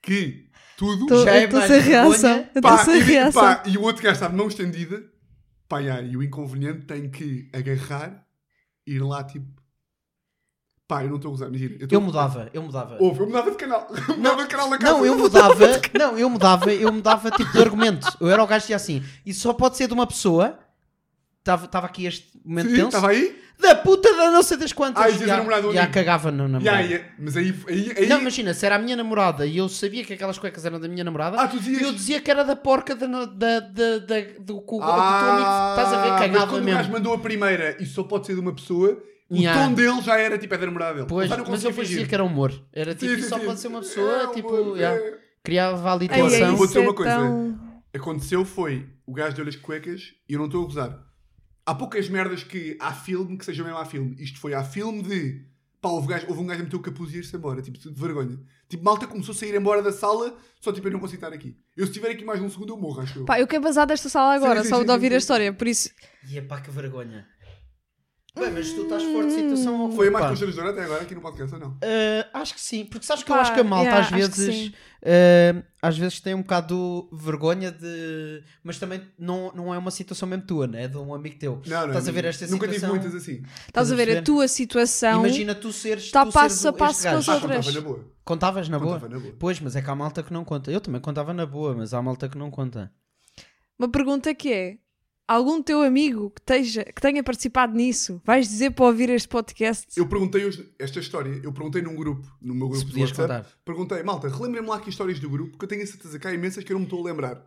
[SPEAKER 3] que tudo.
[SPEAKER 2] Tô-
[SPEAKER 4] Já é
[SPEAKER 2] eu estou
[SPEAKER 4] mais
[SPEAKER 2] sem
[SPEAKER 4] vergonha.
[SPEAKER 2] reação. Eu estou
[SPEAKER 3] Pá,
[SPEAKER 2] sem
[SPEAKER 3] e,
[SPEAKER 2] reação.
[SPEAKER 3] pá, e o outro gajo está de mão estendida. Pá, já, e o inconveniente tem que agarrar, ir lá tipo. Pá, eu não estou a usar, imagina. Eu, tô...
[SPEAKER 4] Eu mudava, eu mudava.
[SPEAKER 3] Ouve, eu mudava de canal. Eu mudava de canal na casa.
[SPEAKER 4] Não, eu mudava, não, eu mudava, eu mudava tipo de argumento. Eu era o gajo que ia assim, isso só pode ser de uma pessoa. Estava aqui este momento
[SPEAKER 3] Sim,
[SPEAKER 4] tenso.
[SPEAKER 3] estava aí.
[SPEAKER 4] Da puta da não sei das quantas.
[SPEAKER 3] Ah, e diz a
[SPEAKER 4] Já-
[SPEAKER 3] namorada do
[SPEAKER 4] já
[SPEAKER 3] amigo.
[SPEAKER 4] cagava no namorado.
[SPEAKER 3] Já, já. Mas aí. aí, aí...
[SPEAKER 4] Não, imagina, se era a minha namorada e eu sabia que aquelas cuecas eram da minha namorada,
[SPEAKER 3] Ah, tu dizias.
[SPEAKER 4] eu dizia que era da porca da, na- da, da, da, do cu.
[SPEAKER 3] Ah,
[SPEAKER 4] Estás a ver,
[SPEAKER 3] mas
[SPEAKER 4] cagava
[SPEAKER 3] quando o
[SPEAKER 4] mesmo.
[SPEAKER 3] gajo mandou a primeira e só pode ser de uma pessoa, o
[SPEAKER 4] Já.
[SPEAKER 3] tom dele já era tipo é da namorada dele.
[SPEAKER 4] Pois,
[SPEAKER 3] já não
[SPEAKER 4] mas
[SPEAKER 3] conseguia
[SPEAKER 4] eu depois dizia
[SPEAKER 3] fingir.
[SPEAKER 4] que era humor. Era tipo,
[SPEAKER 3] Sim, sim,
[SPEAKER 4] só
[SPEAKER 3] sim.
[SPEAKER 4] pode ser uma pessoa,
[SPEAKER 3] É,
[SPEAKER 4] tipo,
[SPEAKER 3] amor,
[SPEAKER 4] já.
[SPEAKER 3] é.
[SPEAKER 4] criava ali
[SPEAKER 2] Ai,
[SPEAKER 3] Relação.
[SPEAKER 2] ai,
[SPEAKER 3] Eu
[SPEAKER 4] tensão.
[SPEAKER 3] vou dizer
[SPEAKER 2] isso é
[SPEAKER 3] uma coisa.
[SPEAKER 2] tão-
[SPEAKER 3] aconteceu foi o gajo deu-lhe as cuecas e eu não estou a gozar. Há poucas merdas que há filme que seja mesmo há filme. Isto foi há filme de. Pá, houve, gajo, houve um gajo a meter o capuz e ir-se embora, tipo, de vergonha. Tipo, malta começou a sair embora da sala, só tipo, eu não consigo estar aqui. Eu se estiver aqui mais um segundo eu morro, acho eu.
[SPEAKER 2] Pá, eu quero vazar desta sala
[SPEAKER 3] Sim,
[SPEAKER 2] agora,
[SPEAKER 3] sim,
[SPEAKER 2] só
[SPEAKER 3] sim,
[SPEAKER 2] de ouvir
[SPEAKER 3] sim,
[SPEAKER 2] a
[SPEAKER 3] sim.
[SPEAKER 2] história. Por isso,
[SPEAKER 4] E é pá, que vergonha. Bem, mas tu estás forte de
[SPEAKER 2] Hum.
[SPEAKER 4] situação ou
[SPEAKER 3] Foi a mais
[SPEAKER 4] pá?
[SPEAKER 3] constrangedora até agora aqui no podcast, ou não?
[SPEAKER 4] Ah, acho que sim, porque sabes que eu
[SPEAKER 2] Pá,
[SPEAKER 4] acho que a malta
[SPEAKER 2] yeah,
[SPEAKER 4] às
[SPEAKER 2] acho que
[SPEAKER 4] vezes
[SPEAKER 2] sim.
[SPEAKER 4] ah, às vezes tem um bocado vergonha de. Mas também não, não é uma situação mesmo tua, né? É de um amigo teu.
[SPEAKER 3] Não, não.
[SPEAKER 4] Estás
[SPEAKER 3] não.
[SPEAKER 4] a ver esta
[SPEAKER 3] Nunca
[SPEAKER 4] situação?
[SPEAKER 3] tive muitas assim.
[SPEAKER 2] estás a ver a
[SPEAKER 4] perceber?
[SPEAKER 2] tua situação.
[SPEAKER 4] Imagina tu seres.
[SPEAKER 2] Está
[SPEAKER 4] tu
[SPEAKER 2] Então, tá passo
[SPEAKER 4] seres
[SPEAKER 2] a
[SPEAKER 4] o-
[SPEAKER 2] passo
[SPEAKER 4] este
[SPEAKER 2] com
[SPEAKER 4] gajo.
[SPEAKER 2] as
[SPEAKER 3] Ah,
[SPEAKER 2] outras.
[SPEAKER 3] contava na boa.
[SPEAKER 4] Contavas na boa?
[SPEAKER 3] Contava na boa.
[SPEAKER 4] Pois, mas é que há malta que não conta. Eu também contava na boa, mas há malta que não conta.
[SPEAKER 2] Uma pergunta que é: algum teu amigo que, esteja, que tenha participado nisso, vais dizer para ouvir este podcast?
[SPEAKER 3] Eu perguntei hoje, esta história, eu perguntei num grupo, no meu grupo
[SPEAKER 4] Se
[SPEAKER 3] do
[SPEAKER 4] podias
[SPEAKER 3] WhatsApp,
[SPEAKER 4] contar.
[SPEAKER 3] perguntei, malta, relembrem-me lá que histórias do grupo, que eu tenho a certeza que há imensas que eu não me estou a lembrar.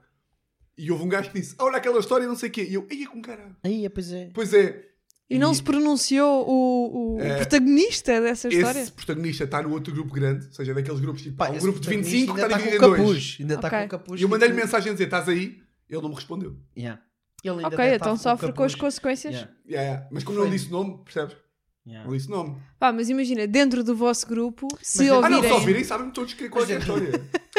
[SPEAKER 3] E houve um gajo que disse, ah, olha aquela história, não sei o quê. E eu, ia com cara.
[SPEAKER 4] Aí, pois é.
[SPEAKER 3] Pois é,
[SPEAKER 2] E não se pronunciou o, o protagonista dessa história?
[SPEAKER 3] esse protagonista está no outro grupo grande, ou seja, daqueles grupos tipo,
[SPEAKER 4] Pá,
[SPEAKER 3] há um
[SPEAKER 4] esse
[SPEAKER 3] grupo de 25 que
[SPEAKER 4] ainda
[SPEAKER 3] está
[SPEAKER 4] tá com o
[SPEAKER 3] dividido em dois.
[SPEAKER 4] capuz. Ainda está com
[SPEAKER 2] Ok.
[SPEAKER 4] o capuz.
[SPEAKER 3] E eu mandei-lhe
[SPEAKER 4] tipo-
[SPEAKER 3] mensagem a dizer, estás aí? Ele não me respondeu.
[SPEAKER 4] Yeah. Ele ainda
[SPEAKER 2] Ok,
[SPEAKER 4] deve
[SPEAKER 2] então
[SPEAKER 4] estar
[SPEAKER 2] sofre com as
[SPEAKER 4] capuz.
[SPEAKER 2] consequências.
[SPEAKER 4] Yeah,
[SPEAKER 3] Yeah, yeah. Mas como não
[SPEAKER 4] Foi.
[SPEAKER 3] disse nome, percebes?
[SPEAKER 4] yeah.
[SPEAKER 3] Não disse nome.
[SPEAKER 2] Pá, mas imagina, dentro do vosso grupo, se
[SPEAKER 4] é- Ah,
[SPEAKER 3] Ah não,
[SPEAKER 2] ouvirem.
[SPEAKER 3] só virem sabem todos que, qual é que é a história.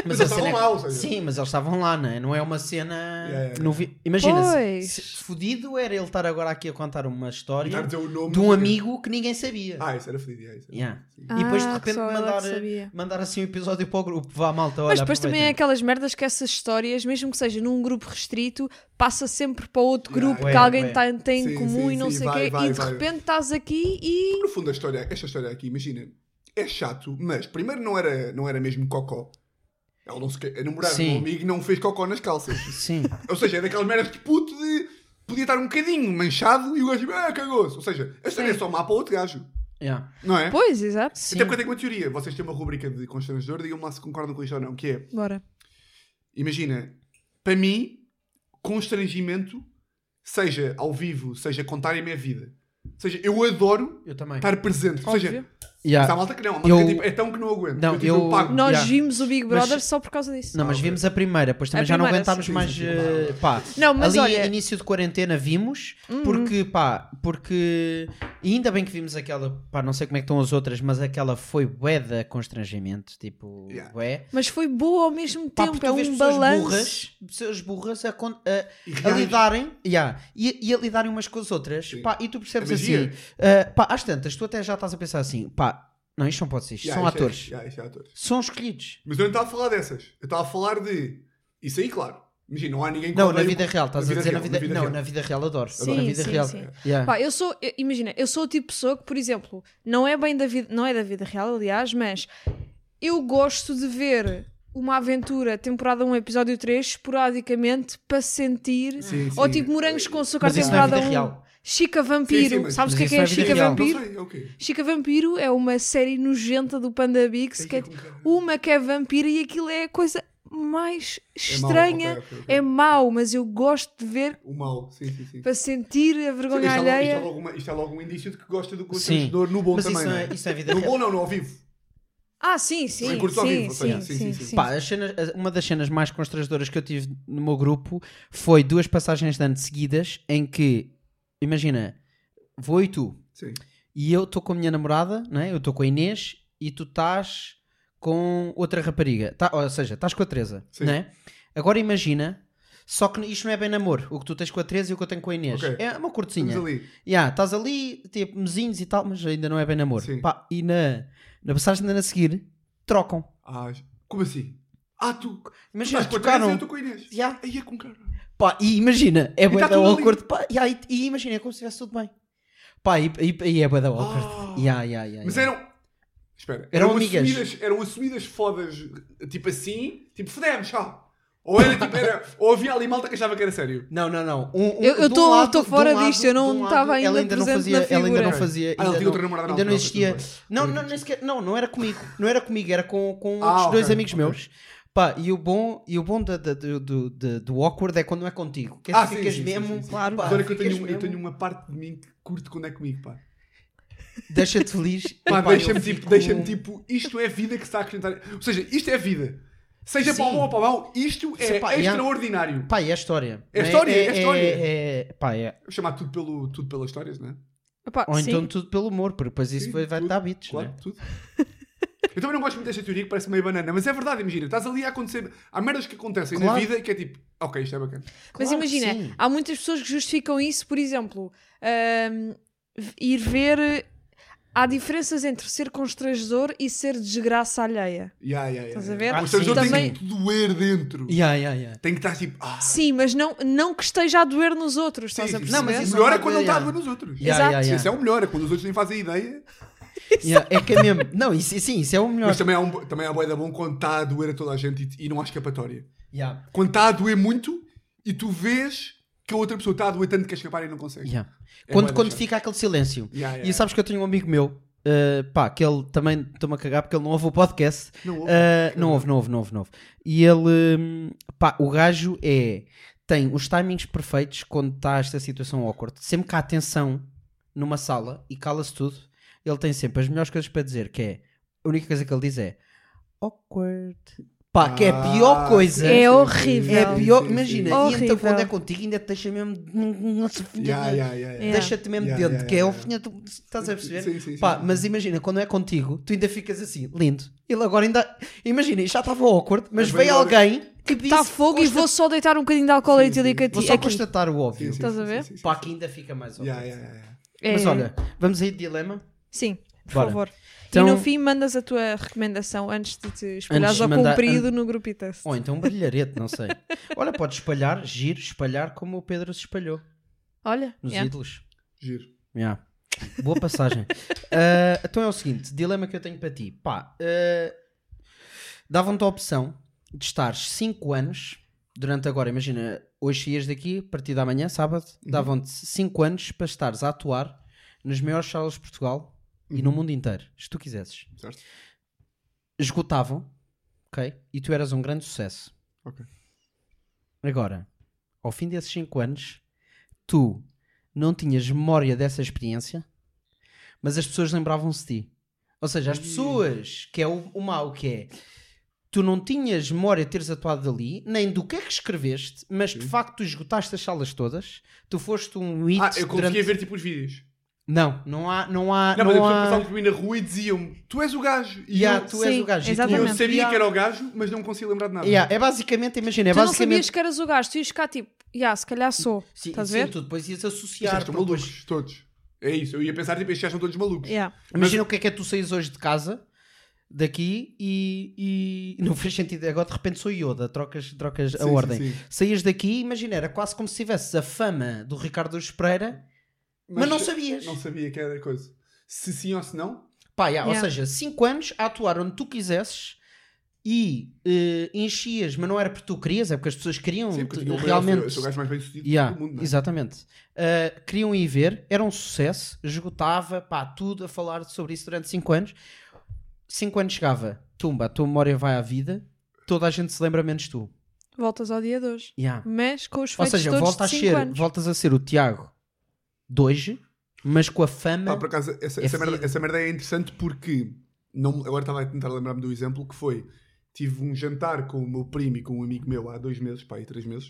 [SPEAKER 3] Mas
[SPEAKER 4] a
[SPEAKER 3] eles estavam
[SPEAKER 4] cena é-
[SPEAKER 3] lá, ou seja.
[SPEAKER 4] Sim, mas eles estavam lá, não é? Não é uma cena.
[SPEAKER 3] yeah.
[SPEAKER 4] não vi- Imagina, se-
[SPEAKER 2] Pois.
[SPEAKER 4] se fodido era ele estar agora aqui a contar
[SPEAKER 3] Estar
[SPEAKER 4] uma
[SPEAKER 3] a
[SPEAKER 4] história
[SPEAKER 3] dizer o nome.
[SPEAKER 4] de um amigo que ninguém sabia.
[SPEAKER 3] Ah, isso era fedido. yeah, isso era.
[SPEAKER 4] Yeah.
[SPEAKER 2] Ah,
[SPEAKER 4] e depois de
[SPEAKER 2] que
[SPEAKER 4] repente
[SPEAKER 2] só ela é que
[SPEAKER 4] mandar,
[SPEAKER 2] sabia.
[SPEAKER 4] mandar assim um episódio para o grupo. Vá malta, olha.
[SPEAKER 2] Mas depois também é
[SPEAKER 4] aproveitem.
[SPEAKER 2] aquelas merdas que essas histórias, mesmo que seja num grupo restrito, passa sempre para outro
[SPEAKER 3] Yeah,
[SPEAKER 2] grupo que
[SPEAKER 4] é,
[SPEAKER 2] alguém
[SPEAKER 4] é.
[SPEAKER 2] tá- tem
[SPEAKER 3] Sim,
[SPEAKER 2] em comum
[SPEAKER 3] sim,
[SPEAKER 2] e não
[SPEAKER 3] sim,
[SPEAKER 2] sei o
[SPEAKER 3] vai,
[SPEAKER 2] quê,
[SPEAKER 3] vai,
[SPEAKER 2] e de
[SPEAKER 3] vai.
[SPEAKER 2] repente estás aqui e.
[SPEAKER 3] No fundo, a história, esta história aqui, imagina, é chato, mas primeiro não era, não era mesmo cocó. Ela não se quer. A namorada do
[SPEAKER 4] Sim.
[SPEAKER 3] meu amigo não fez cocó nas calças.
[SPEAKER 4] Sim.
[SPEAKER 3] Ou seja, é daquelas merdas de puto de. Podia estar um bocadinho manchado e o gajo tipo, ah, cagou-se. Ou seja, a história é
[SPEAKER 2] Sim.
[SPEAKER 3] só má para outro gajo.
[SPEAKER 4] Yeah.
[SPEAKER 3] Não é?
[SPEAKER 2] Pois, exato.
[SPEAKER 4] Sim.
[SPEAKER 3] Até porque eu tenho uma teoria. Vocês têm uma rubrica de constrangedor, digam-me lá se concordam com isto ou não. Que é,
[SPEAKER 2] Bora.
[SPEAKER 3] imagina, para mim, constrangimento, seja ao vivo, seja contarem-me a vida. Ou seja, eu adoro
[SPEAKER 4] Eu também.
[SPEAKER 3] estar presente. Ou seja,
[SPEAKER 2] Óbvio.
[SPEAKER 3] mas
[SPEAKER 4] Yeah.
[SPEAKER 3] há malta que não. Há malta que é
[SPEAKER 4] Eu-
[SPEAKER 3] tipo, é tão que não aguento.
[SPEAKER 4] Não,
[SPEAKER 3] tipo,
[SPEAKER 4] eu-
[SPEAKER 3] pago.
[SPEAKER 2] Nós
[SPEAKER 4] Yeah.
[SPEAKER 2] vimos o Big Brother
[SPEAKER 4] Mas-
[SPEAKER 2] só por causa disso.
[SPEAKER 4] Não, mas
[SPEAKER 3] ok.
[SPEAKER 4] vimos a primeira, pois também
[SPEAKER 2] A
[SPEAKER 4] já não
[SPEAKER 2] primeira,
[SPEAKER 4] aguentámos
[SPEAKER 3] sim,
[SPEAKER 4] mais.
[SPEAKER 3] sim, sim.
[SPEAKER 4] eh, pá.
[SPEAKER 2] Não, mas
[SPEAKER 4] ali,
[SPEAKER 2] olha- Uhum.
[SPEAKER 4] início de quarentena, vimos, porque, pá, porque. E ainda bem que vimos aquela, pá, não sei como é que estão as outras, mas aquela foi bué de constrangimento, tipo,
[SPEAKER 3] Yeah.
[SPEAKER 4] bué.
[SPEAKER 2] Mas foi boa ao mesmo
[SPEAKER 4] Pá,
[SPEAKER 2] tempo,
[SPEAKER 4] porque
[SPEAKER 2] é
[SPEAKER 4] tu vês
[SPEAKER 2] um
[SPEAKER 4] pessoas
[SPEAKER 2] balanço.
[SPEAKER 4] burras, pessoas burras a, con- a-
[SPEAKER 3] E
[SPEAKER 4] a
[SPEAKER 3] reais.
[SPEAKER 4] lidarem yeah, e, e a lidarem umas com as outras
[SPEAKER 3] Sim.
[SPEAKER 4] pá, e tu percebes
[SPEAKER 3] É
[SPEAKER 4] assim
[SPEAKER 3] magia.
[SPEAKER 4] ah, pá, às tantas tu até já estás a pensar assim pá, não isto não pode ser, isto
[SPEAKER 3] Yeah,
[SPEAKER 4] são
[SPEAKER 3] isto é-
[SPEAKER 4] atores
[SPEAKER 3] yeah, isto é atores.
[SPEAKER 4] são escolhidos
[SPEAKER 3] Mas eu não estava a falar dessas. Eu estava a falar de. Isso aí, claro. Imagina, não há ninguém que
[SPEAKER 4] não, na
[SPEAKER 3] odeie é o-
[SPEAKER 4] vida real, estás a
[SPEAKER 3] vida
[SPEAKER 4] dizer
[SPEAKER 3] real,
[SPEAKER 4] na, vida, não, na vida real adoro
[SPEAKER 2] Sim,
[SPEAKER 4] na vida
[SPEAKER 2] sim,
[SPEAKER 4] real
[SPEAKER 2] sim.
[SPEAKER 4] Yeah.
[SPEAKER 2] Pá, eu sou, eu- imagina, eu sou o tipo de pessoa que, por exemplo, não é bem da vida, não é da vida real, aliás, mas eu gosto de ver uma aventura, temporada 1, episódio 3, esporadicamente, para sentir.
[SPEAKER 3] Sim, sim.
[SPEAKER 2] Ou tipo morangos com açúcar,
[SPEAKER 4] mas isso não é
[SPEAKER 2] temporada
[SPEAKER 4] vida
[SPEAKER 2] 1.
[SPEAKER 4] real
[SPEAKER 2] Chica Vampiro,
[SPEAKER 3] Sim, sim, mas-
[SPEAKER 2] sabes o
[SPEAKER 4] mas
[SPEAKER 2] que é
[SPEAKER 4] isso
[SPEAKER 2] que é Chica
[SPEAKER 4] não é vida real.
[SPEAKER 3] Não
[SPEAKER 2] Vampiro?
[SPEAKER 3] sei, é o quê?
[SPEAKER 2] Chica Vampiro é uma série nojenta do Panda Biggs, que é,
[SPEAKER 3] Tem que ir com cara.
[SPEAKER 2] uma que é vampira e aquilo é a coisa mais
[SPEAKER 3] É mau,
[SPEAKER 2] estranha.
[SPEAKER 3] ok, ok, ok.
[SPEAKER 2] É mau, mas eu gosto de ver
[SPEAKER 3] O mal, sim, sim, sim.
[SPEAKER 2] para sentir a
[SPEAKER 3] Sim, mas
[SPEAKER 2] vergonha
[SPEAKER 3] isto, é logo, isto, é
[SPEAKER 2] alheia.
[SPEAKER 3] logo uma- isto é logo um indício de que gosta do
[SPEAKER 4] Sim.
[SPEAKER 3] constrangedor no bom
[SPEAKER 4] mas
[SPEAKER 3] também.
[SPEAKER 4] isso não é,
[SPEAKER 3] não é?
[SPEAKER 4] isso é vida
[SPEAKER 3] No
[SPEAKER 4] real
[SPEAKER 3] bom não, no ao vivo.
[SPEAKER 2] Ah, sim, sim.
[SPEAKER 3] Em curto ao
[SPEAKER 2] sim,
[SPEAKER 3] vivo, ou seja, sim, sim, sim.
[SPEAKER 4] Pá, as cenas- as- uma das cenas mais constrangedoras que eu tive no meu grupo foi duas passagens de ano seguidas em que, imagina, vou e tu,
[SPEAKER 3] Sim.
[SPEAKER 4] e eu estou com a minha namorada, não é? eu estou com a Inês e tu estás com outra rapariga, Tá- ou seja, estás com a Teresa,
[SPEAKER 3] Sim.
[SPEAKER 4] não é? Agora imagina, só que isto não é bem namoro, o que tu tens com a Teresa e o que eu tenho com a Inês.
[SPEAKER 3] Ok.
[SPEAKER 4] É uma
[SPEAKER 3] Estamos
[SPEAKER 4] cortezinha.
[SPEAKER 3] ali.
[SPEAKER 4] Yeah, estás ali, tipo, mesinhos e tal, mas ainda não é bem namoro.
[SPEAKER 3] Sim.
[SPEAKER 4] Pá, e na, na passagem de ano a seguir, trocam.
[SPEAKER 3] Ah, como assim? Ah, tu. tu
[SPEAKER 4] Imagina,
[SPEAKER 3] estás com a Teresa e eu
[SPEAKER 4] trocaram.
[SPEAKER 3] estou com a Inês.
[SPEAKER 4] Yeah.
[SPEAKER 3] Aí é com cara.
[SPEAKER 4] Pá, e imagina, é bué
[SPEAKER 3] tá
[SPEAKER 4] da
[SPEAKER 3] tudo ali.
[SPEAKER 4] awkward. Pá, yeah, e, e imagina, é como se estivesse tudo bem. Pá, e, e, e é bué da awkward.
[SPEAKER 3] Ah.
[SPEAKER 4] Yeah, yeah, yeah,
[SPEAKER 3] Mas
[SPEAKER 4] yeah.
[SPEAKER 3] eram. Espera.
[SPEAKER 4] É. Eram amigas.
[SPEAKER 3] assumidas, eram assumidas fodas, tipo assim, tipo fodemos, já. Ou era tipo, era. Ou havia ali malta que achava que era sério.
[SPEAKER 4] Não, não, não. Um- um-
[SPEAKER 2] Eu- eu
[SPEAKER 4] de um
[SPEAKER 2] tô-
[SPEAKER 4] lado-
[SPEAKER 2] tô
[SPEAKER 4] de um
[SPEAKER 2] fora
[SPEAKER 4] lado-
[SPEAKER 2] disto, eu não
[SPEAKER 4] de um lado,
[SPEAKER 2] tava ainda
[SPEAKER 4] ela não
[SPEAKER 2] presente
[SPEAKER 4] fazia,
[SPEAKER 2] na
[SPEAKER 4] Ela ainda não
[SPEAKER 2] figura.
[SPEAKER 4] fazia.
[SPEAKER 3] Ah,
[SPEAKER 4] ainda
[SPEAKER 3] ele tinha
[SPEAKER 4] não-
[SPEAKER 3] outra namorada na
[SPEAKER 4] Ainda não
[SPEAKER 3] altura,
[SPEAKER 4] existia.
[SPEAKER 3] tudo bem. Ah,
[SPEAKER 4] Não, não,
[SPEAKER 3] Tudo
[SPEAKER 4] nem sequer- não, não era comigo. Não era comigo, era com, com
[SPEAKER 3] Ah,
[SPEAKER 4] outros dois
[SPEAKER 3] ok,
[SPEAKER 4] amigos
[SPEAKER 3] ok.
[SPEAKER 4] meus. Pá, e o bom, e o bom da- da- do, do, do, do awkward é quando não é contigo. Que
[SPEAKER 3] Ah,
[SPEAKER 4] ah,
[SPEAKER 3] sim,
[SPEAKER 4] ficas
[SPEAKER 3] sim, sim,
[SPEAKER 4] mesmo.
[SPEAKER 3] sim, sim.
[SPEAKER 4] Claro, pá,
[SPEAKER 3] Agora que eu
[SPEAKER 4] ficas
[SPEAKER 3] tenho, um, eu
[SPEAKER 4] mesmo-
[SPEAKER 3] tenho uma parte de mim que curto quando é comigo, pá.
[SPEAKER 4] Deixa-te feliz.
[SPEAKER 3] um- Pá,
[SPEAKER 4] Epá, eu
[SPEAKER 3] deixa-me tipo,
[SPEAKER 4] fico-
[SPEAKER 3] deixa tipo, isto é vida que se está a acrescentar. Ou seja, isto é vida. Seja para o
[SPEAKER 4] Sim.
[SPEAKER 3] bom ou para o mau, isto é
[SPEAKER 4] Sim, pá, e há-
[SPEAKER 3] extraordinário.
[SPEAKER 4] Pá, é a história.
[SPEAKER 3] É a história, é a história.
[SPEAKER 4] É, é- pá, é.
[SPEAKER 3] Vou chamar tudo, pelo, tudo pelas histórias, não é?
[SPEAKER 2] Epá,
[SPEAKER 4] Ou
[SPEAKER 2] sim.
[SPEAKER 4] então tudo pelo humor, porque depois isso
[SPEAKER 3] Sim,
[SPEAKER 4] vai, vai
[SPEAKER 3] tudo,
[SPEAKER 4] dar bits,
[SPEAKER 3] Claro,
[SPEAKER 4] né?
[SPEAKER 3] tudo. Eu também não gosto muito desta teoria que parece meio banana, mas é verdade, imagina, estás ali a acontecer. Há merdas que acontecem na
[SPEAKER 4] Claro.
[SPEAKER 3] vida que é tipo, ok, isto é bacana.
[SPEAKER 2] Mas
[SPEAKER 4] Claro que sim.
[SPEAKER 2] imagina, há muitas pessoas que justificam isso, por exemplo, ahm, ir ver. Há diferenças entre ser constrangedor e ser desgraça alheia.
[SPEAKER 3] Yeah, yeah, yeah,
[SPEAKER 2] Estás
[SPEAKER 3] yeah.
[SPEAKER 2] a ver?
[SPEAKER 3] O constrangedor
[SPEAKER 4] Ah, sim.
[SPEAKER 3] tem que doer dentro.
[SPEAKER 4] Yeah, yeah, yeah.
[SPEAKER 3] Tem que estar tipo, ah,
[SPEAKER 2] Sim, mas não, não que esteja a doer nos outros, estás
[SPEAKER 3] sim,
[SPEAKER 2] a
[SPEAKER 3] sim.
[SPEAKER 2] perceber?
[SPEAKER 4] Não, mas
[SPEAKER 3] o
[SPEAKER 4] isso
[SPEAKER 3] melhor
[SPEAKER 4] não
[SPEAKER 3] é quando não está a
[SPEAKER 4] pode-
[SPEAKER 3] doer nos outros.
[SPEAKER 4] Yeah,
[SPEAKER 2] Exato. um
[SPEAKER 4] yeah, yeah.
[SPEAKER 3] Esse é o melhor, é quando os outros nem fazem ideia.
[SPEAKER 4] Yeah, é que é mesmo. Não, isso, sim, isso é o melhor.
[SPEAKER 3] Mas também há, um, bo- também há boeda bom quando está a doer a toda a gente e, e não há escapatória.
[SPEAKER 4] Yeah,
[SPEAKER 3] Quando está a doer muito e tu vês que a outra pessoa está a doer tanto que é escapar e não consegue.
[SPEAKER 4] yeah.
[SPEAKER 3] É
[SPEAKER 4] Quando,
[SPEAKER 3] bué
[SPEAKER 4] quando
[SPEAKER 3] da
[SPEAKER 4] fica aquele silêncio.
[SPEAKER 3] Yeah, yeah,
[SPEAKER 4] E sabes que eu tenho um amigo meu, uh, pá, que ele também estou-me a cagar porque ele não ouve o podcast. Eh,
[SPEAKER 3] Não ouve.
[SPEAKER 4] Uh, não ouve, não ouve, não ouve, não ouve. E ele, hum, pá, o gajo é. tem os timings perfeitos quando está esta situação awkward. Sempre que há tensão numa sala e cala-se tudo, ele tem sempre as melhores coisas para dizer, que é a única coisa que ele diz é awkward. Pá, que é a pior
[SPEAKER 3] Ah,
[SPEAKER 4] coisa.
[SPEAKER 2] É
[SPEAKER 3] sim,
[SPEAKER 2] horrível.
[SPEAKER 3] sim,
[SPEAKER 4] É
[SPEAKER 3] sim,
[SPEAKER 4] pior,
[SPEAKER 3] sim, sim.
[SPEAKER 4] imagina, e
[SPEAKER 2] Horrível.
[SPEAKER 4] então quando é contigo ainda te deixa mesmo. Não se
[SPEAKER 3] Yeah, yeah, yeah, yeah.
[SPEAKER 2] Yeah.
[SPEAKER 4] Deixa-te mesmo
[SPEAKER 3] Yeah,
[SPEAKER 4] dentro,
[SPEAKER 3] yeah,
[SPEAKER 4] que é
[SPEAKER 3] yeah,
[SPEAKER 4] alfinha, tu estás a perceber?
[SPEAKER 3] Sim, sim, sim,
[SPEAKER 4] Pá,
[SPEAKER 3] sim.
[SPEAKER 4] mas imagina, quando é contigo, tu ainda ficas assim, lindo. Ele agora ainda. Imagina, isto já estava awkward,
[SPEAKER 3] Mas
[SPEAKER 4] mas veio
[SPEAKER 3] agora-
[SPEAKER 4] alguém que disse.
[SPEAKER 2] Está Tá fogo e
[SPEAKER 4] "Consta-
[SPEAKER 2] vou só deitar um bocadinho de álcool
[SPEAKER 3] Sim,
[SPEAKER 2] etílico
[SPEAKER 3] sim.
[SPEAKER 2] a ti.
[SPEAKER 4] Vou só
[SPEAKER 2] aqui.
[SPEAKER 4] constatar o
[SPEAKER 3] Sim,
[SPEAKER 4] óbvio.
[SPEAKER 3] sim,
[SPEAKER 2] Estás
[SPEAKER 3] sim,
[SPEAKER 2] a ver?
[SPEAKER 3] sim, sim,
[SPEAKER 4] Pá,
[SPEAKER 3] sim.
[SPEAKER 4] que ainda fica mais óbvio.
[SPEAKER 3] Yeah, yeah, yeah, yeah.
[SPEAKER 2] É.
[SPEAKER 4] Mas olha, vamos aí de dilema.
[SPEAKER 2] Sim, por
[SPEAKER 4] Bora.
[SPEAKER 2] favor.
[SPEAKER 4] Então-
[SPEAKER 2] E no fim mandas a tua recomendação antes de te espalhares
[SPEAKER 4] de
[SPEAKER 2] ao
[SPEAKER 4] mandar-
[SPEAKER 2] comprido no grupitas.
[SPEAKER 4] Ou então um brilharete, não sei. Olha, pode espalhar, giro, espalhar como o Pedro se espalhou
[SPEAKER 2] Olha,
[SPEAKER 4] nos
[SPEAKER 2] yeah.
[SPEAKER 4] ídolos.
[SPEAKER 3] Giro.
[SPEAKER 4] Yeah. Boa passagem. Ah, então é o seguinte: dilema que eu tenho para ti. Pá, ah, davam-te a opção de estares 5 anos durante agora. Imagina, hoje saías daqui, a partir da manhã, sábado, davam-te 5 anos para estares a atuar nas maiores salas de Portugal e
[SPEAKER 3] Uhum.
[SPEAKER 4] no mundo inteiro, se tu quisesses.
[SPEAKER 3] Certo?
[SPEAKER 4] Esgotavam, ok? E tu eras um grande sucesso.
[SPEAKER 3] Ok.
[SPEAKER 4] Agora, ao fim desses 5 anos, tu não tinhas memória dessa experiência, mas as pessoas lembravam-se de ti. Ou seja, as pessoas, que é o, o mau, que é. Tu não tinhas memória de teres atuado dali, nem do que é que escreveste, mas de facto tu esgotaste as salas todas, tu foste um hit
[SPEAKER 3] Ah, eu
[SPEAKER 4] durante...
[SPEAKER 3] conseguia ver tipo os vídeos.
[SPEAKER 4] Não, não há... Não, há,
[SPEAKER 3] Não, mas as
[SPEAKER 4] há...
[SPEAKER 3] pessoas passavam por mim na rua e diziam-me: Tu és o gajo. E
[SPEAKER 4] Yeah,
[SPEAKER 3] eu,
[SPEAKER 4] tu és
[SPEAKER 2] Sim,
[SPEAKER 4] o gajo. E
[SPEAKER 3] e
[SPEAKER 4] tu-
[SPEAKER 3] eu
[SPEAKER 2] exatamente.
[SPEAKER 3] sabia que era o gajo, mas não me conseguia lembrar de nada.
[SPEAKER 4] Yeah, é basicamente, imagina, é
[SPEAKER 2] tu não sabias
[SPEAKER 4] basicamente.
[SPEAKER 2] que eras o gajo, tu ias ficar tipo, yeah, se calhar sou.
[SPEAKER 4] Sim,
[SPEAKER 2] Estás a
[SPEAKER 4] sim,
[SPEAKER 2] ver?
[SPEAKER 4] tu depois ias
[SPEAKER 3] Estes
[SPEAKER 4] associar.
[SPEAKER 3] gajos estão malucos, todos. É isso, eu ia pensar, tipo, estes gajos são todos malucos.
[SPEAKER 2] Yeah.
[SPEAKER 4] Imagina o que é que é tu saís hoje de casa, daqui, e, e não fez sentido. Agora de repente sou Yoda, trocas, trocas a
[SPEAKER 3] Sim, sim,
[SPEAKER 4] ordem.
[SPEAKER 3] sim.
[SPEAKER 4] Saías daqui, imagina, era quase como se tivesses a fama do Ricardo Luz Pereira, mas, não sabias.
[SPEAKER 3] Não sabia que era coisa. Se sim ou se não,
[SPEAKER 4] Pá, yeah,
[SPEAKER 2] Yeah.
[SPEAKER 4] Ou seja, 5 anos a atuar onde tu quisesses e eh, enchias, mas não era porque tu querias, é porque as pessoas queriam
[SPEAKER 3] sim,
[SPEAKER 4] te-
[SPEAKER 3] porque eu tinha o maior-
[SPEAKER 4] realmente.
[SPEAKER 3] eu sou o gajo mais bem sucedido
[SPEAKER 4] Yeah,
[SPEAKER 3] do mundo. Não é?
[SPEAKER 4] Exatamente. Uh, queriam ir ver, era um sucesso, esgotava pá, tudo a falar sobre isso durante 5 anos. 5 anos chegava, tumba, a tua memória vai à vida, toda a gente se lembra menos tu.
[SPEAKER 2] Voltas ao dia de hoje.
[SPEAKER 4] Yeah.
[SPEAKER 2] Mas com os
[SPEAKER 4] Ou
[SPEAKER 2] feitos
[SPEAKER 4] seja,
[SPEAKER 2] Hum, todos
[SPEAKER 4] volta a
[SPEAKER 2] de 5
[SPEAKER 4] ser,
[SPEAKER 2] anos.
[SPEAKER 4] voltas a ser o Tiago de hoje, mas com a
[SPEAKER 3] Pá,
[SPEAKER 4] fama.
[SPEAKER 3] Ah, por acaso, essa,
[SPEAKER 4] É
[SPEAKER 3] essa merda,
[SPEAKER 4] fedido.
[SPEAKER 3] essa merda é interessante porque não, agora estava a tentar lembrar-me do exemplo que foi: tive um jantar com o meu primo e com um amigo meu há dois meses, pá, aí três meses,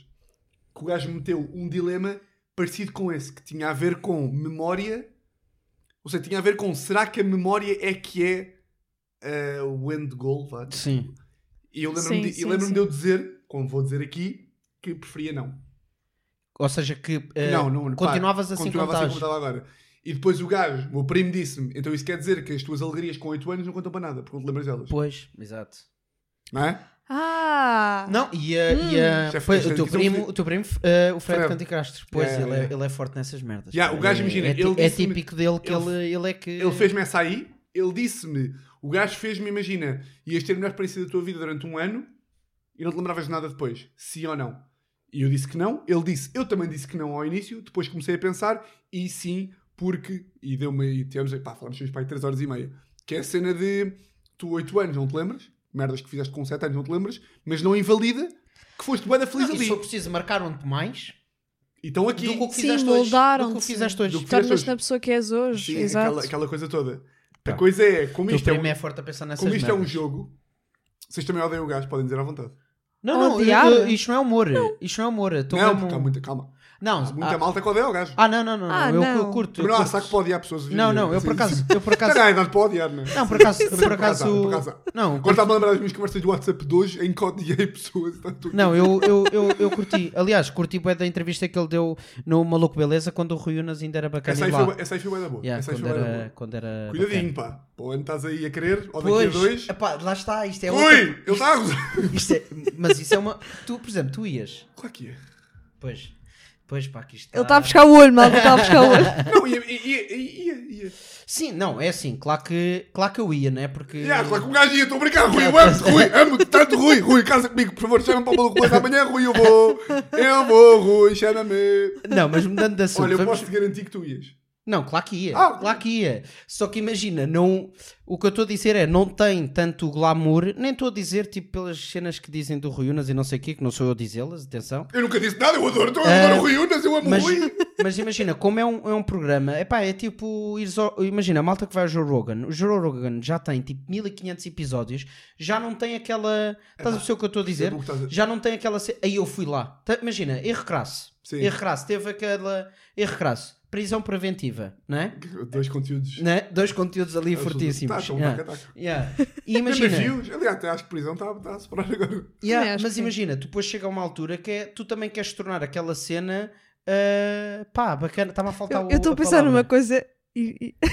[SPEAKER 3] que o gajo meteu um dilema parecido com esse, que tinha a ver com memória, ou seja, tinha a ver com será que a memória é que é eh, o end goal, vá,
[SPEAKER 4] Sim.
[SPEAKER 3] E eu
[SPEAKER 2] Sim,
[SPEAKER 3] lembro-me de,
[SPEAKER 2] sim,
[SPEAKER 3] eu lembro-me
[SPEAKER 2] sim.
[SPEAKER 3] de eu dizer, como vou dizer aqui, que preferia não.
[SPEAKER 4] Ou seja, que uh,
[SPEAKER 3] não, não, pá,
[SPEAKER 4] continuavas assim
[SPEAKER 3] continuava assim
[SPEAKER 4] contagem.
[SPEAKER 3] como estava agora. E depois o gajo, o meu primo disse-me, então isso quer dizer que as tuas alegrias com 8 anos não contam para nada, porque não te lembras delas.
[SPEAKER 4] Pois, exato.
[SPEAKER 3] Não é?
[SPEAKER 2] Ah!
[SPEAKER 4] Não, e, a- e a-
[SPEAKER 2] Hum.
[SPEAKER 3] Isto é-
[SPEAKER 4] foi
[SPEAKER 3] isto é-
[SPEAKER 4] o teu
[SPEAKER 3] isto é um
[SPEAKER 4] primo,
[SPEAKER 3] vídeo.
[SPEAKER 4] o teu primo, eh, o Fred
[SPEAKER 3] Fred.
[SPEAKER 4] Canticastro. Pois,
[SPEAKER 3] Yeah,
[SPEAKER 4] ele,
[SPEAKER 3] yeah.
[SPEAKER 4] É, ele é forte nessas merdas.
[SPEAKER 3] Yeah, o
[SPEAKER 4] pá.
[SPEAKER 3] gajo,
[SPEAKER 4] É-
[SPEAKER 3] imagina,
[SPEAKER 4] é,
[SPEAKER 3] ele
[SPEAKER 4] ti- é
[SPEAKER 3] disse-me-
[SPEAKER 4] típico dele que
[SPEAKER 3] ele-
[SPEAKER 4] ele, ele é que.
[SPEAKER 3] Ele fez-me essa aí, ele disse-me, o gajo fez-me, imagina, ias ter a melhor experiência da tua vida durante um ano e não te lembravas de nada depois, sim ou não. E eu disse que não, ele disse, eu também disse que não ao início, depois comecei a pensar, e sim, porque, e deu-me, e tivemos, pá, falámos sobre isto para 3 horas e meia, que é a cena de, tu 8 anos não te lembras, merdas que fizeste com 7 anos não te lembras, mas não invalida que foste bué da feliz
[SPEAKER 4] Não, e
[SPEAKER 3] ali.
[SPEAKER 4] se for preciso, marcaram-te mais
[SPEAKER 3] E estão aqui.
[SPEAKER 4] do que o que
[SPEAKER 2] Sim,
[SPEAKER 4] fizeste hoje. Do que o
[SPEAKER 2] moldaram-te.
[SPEAKER 4] que fizeste hoje.
[SPEAKER 3] Do que fizeste
[SPEAKER 2] Tornas-te
[SPEAKER 3] hoje.
[SPEAKER 2] na pessoa que és hoje.
[SPEAKER 3] Sim,
[SPEAKER 2] Exato.
[SPEAKER 3] aquela, aquela coisa toda.
[SPEAKER 4] Tá.
[SPEAKER 3] A coisa é, como
[SPEAKER 4] O teu
[SPEAKER 3] isto é um-
[SPEAKER 4] primo é forte a pensar nessas
[SPEAKER 3] como isto é um
[SPEAKER 4] merdas.
[SPEAKER 3] jogo, vocês também odeiam o gajo, podem dizer à vontade.
[SPEAKER 4] Não, não,
[SPEAKER 2] Oh,
[SPEAKER 4] eu-
[SPEAKER 2] diabo.
[SPEAKER 4] eu- isto não é humor. Isto não é humor. eu tô
[SPEAKER 3] não,
[SPEAKER 4] mesmo-
[SPEAKER 3] porque tá há muita, calma.
[SPEAKER 4] Não,
[SPEAKER 3] Há muita
[SPEAKER 4] ah,
[SPEAKER 3] malta que odeia o gajo.
[SPEAKER 4] ah, não, não, não.
[SPEAKER 2] Ah,
[SPEAKER 4] eu,
[SPEAKER 2] não.
[SPEAKER 4] eu curto. eu
[SPEAKER 3] Também não há
[SPEAKER 4] curto.
[SPEAKER 3] saco para odiar pessoas. hoje em
[SPEAKER 4] Não,
[SPEAKER 3] dia. é
[SPEAKER 4] não, eu por
[SPEAKER 3] Sim,
[SPEAKER 4] acaso.
[SPEAKER 3] sim.
[SPEAKER 4] Eu por acaso.
[SPEAKER 3] Cara, há idade para odiar, não é?
[SPEAKER 4] Não, por acaso. eu Por
[SPEAKER 3] Por acaso
[SPEAKER 4] acaso.
[SPEAKER 3] há, por acaso há.
[SPEAKER 4] Não,
[SPEAKER 3] Agora estava a lembrar das minhas conversas do WhatsApp de hoje em que odiei pessoas. Está tudo.
[SPEAKER 4] Não, eu, eu, eu, eu curti. Aliás, curti bué da entrevista que ele deu no Maluco Beleza quando o Rui Unas ainda era bacana.
[SPEAKER 3] Essa aí
[SPEAKER 4] lá.
[SPEAKER 3] foi- essa aí foi bem da boa.
[SPEAKER 4] Yeah,
[SPEAKER 3] Essa aí
[SPEAKER 4] quando,
[SPEAKER 3] foi bué da
[SPEAKER 4] era,
[SPEAKER 3] boa.
[SPEAKER 4] quando era.
[SPEAKER 3] Cuidadinho, pá. Para onde estás aí a querer, ou daqui a
[SPEAKER 4] Pois,
[SPEAKER 3] dois.
[SPEAKER 4] epá, lá está, isto é
[SPEAKER 3] Ui,
[SPEAKER 4] outra-
[SPEAKER 3] ele está a gozar.
[SPEAKER 4] isto é- Mas isso é uma. Tu, por exemplo, tu ias.
[SPEAKER 3] Claro que é.
[SPEAKER 4] Pois. Pois pá, que isto.
[SPEAKER 2] Ele está a buscar o olho, malta, está a buscar o olho.
[SPEAKER 3] Não, ia, ia, ia, ia, ia.
[SPEAKER 4] Sim, não, é assim, claro que, claro que eu ia, né? Porque.
[SPEAKER 3] Yeah, claro que um gajo ia, estou a brincar, Rui, eu amo-te, Rui, amo-te tanto, Rui, Rui, casa comigo, por favor, chama-me para o maluco Beleza amanhã, Rui, eu vou, eu vou, Rui, chama-me.
[SPEAKER 4] Não, mas mudando de assunto.
[SPEAKER 3] Olha, eu
[SPEAKER 4] vamos-
[SPEAKER 3] posso te garantir que tu ias.
[SPEAKER 4] Não, claro que ia.
[SPEAKER 3] Ah.
[SPEAKER 4] Claro que ia. Só que imagina, não, o que eu estou a dizer é, não tem tanto glamour, nem estou a dizer, tipo, pelas cenas que dizem do Rui Unas e não sei o quê, que não sou eu a dizê-las, atenção.
[SPEAKER 3] Eu nunca disse nada, eu adoro, então eu adoro
[SPEAKER 4] Ah,
[SPEAKER 3] o Rui Unas, eu amo
[SPEAKER 4] Mas,
[SPEAKER 3] o Rui.
[SPEAKER 4] mas imagina, como é um, é um programa, epá, é tipo, ires ao- imagina, a malta que vai ao Joe Rogan, o Joe Rogan já tem tipo 1500 episódios, já não tem aquela, estás a perceber o que eu estou a dizer?
[SPEAKER 3] percebo o que estás a-
[SPEAKER 4] Já não tem aquela, ce- aí eu fui lá, Tá- imagina, erro crasso,
[SPEAKER 3] Sim.
[SPEAKER 4] erro crasso, teve aquela, erro crasso, prisão preventiva, não é?
[SPEAKER 3] Dois conteúdos.
[SPEAKER 4] Né? Dois conteúdos ali fortíssimos.
[SPEAKER 3] Tá, então,
[SPEAKER 4] Yeah.
[SPEAKER 3] taca, taca.
[SPEAKER 4] Yeah. E
[SPEAKER 3] Imagina.
[SPEAKER 4] imagina,
[SPEAKER 3] views. Aliás, até acho que prisão está está a superar agora.
[SPEAKER 4] Yeah,
[SPEAKER 2] Também acho que
[SPEAKER 4] mas
[SPEAKER 2] sim.
[SPEAKER 4] imagina, tu depois chega a uma altura que é, tu também queres tornar aquela cena ah, pá, bacana, estava a faltar
[SPEAKER 2] Eu
[SPEAKER 4] o-
[SPEAKER 2] eu estou a pensar
[SPEAKER 4] palavra.
[SPEAKER 2] numa coisa. e- e-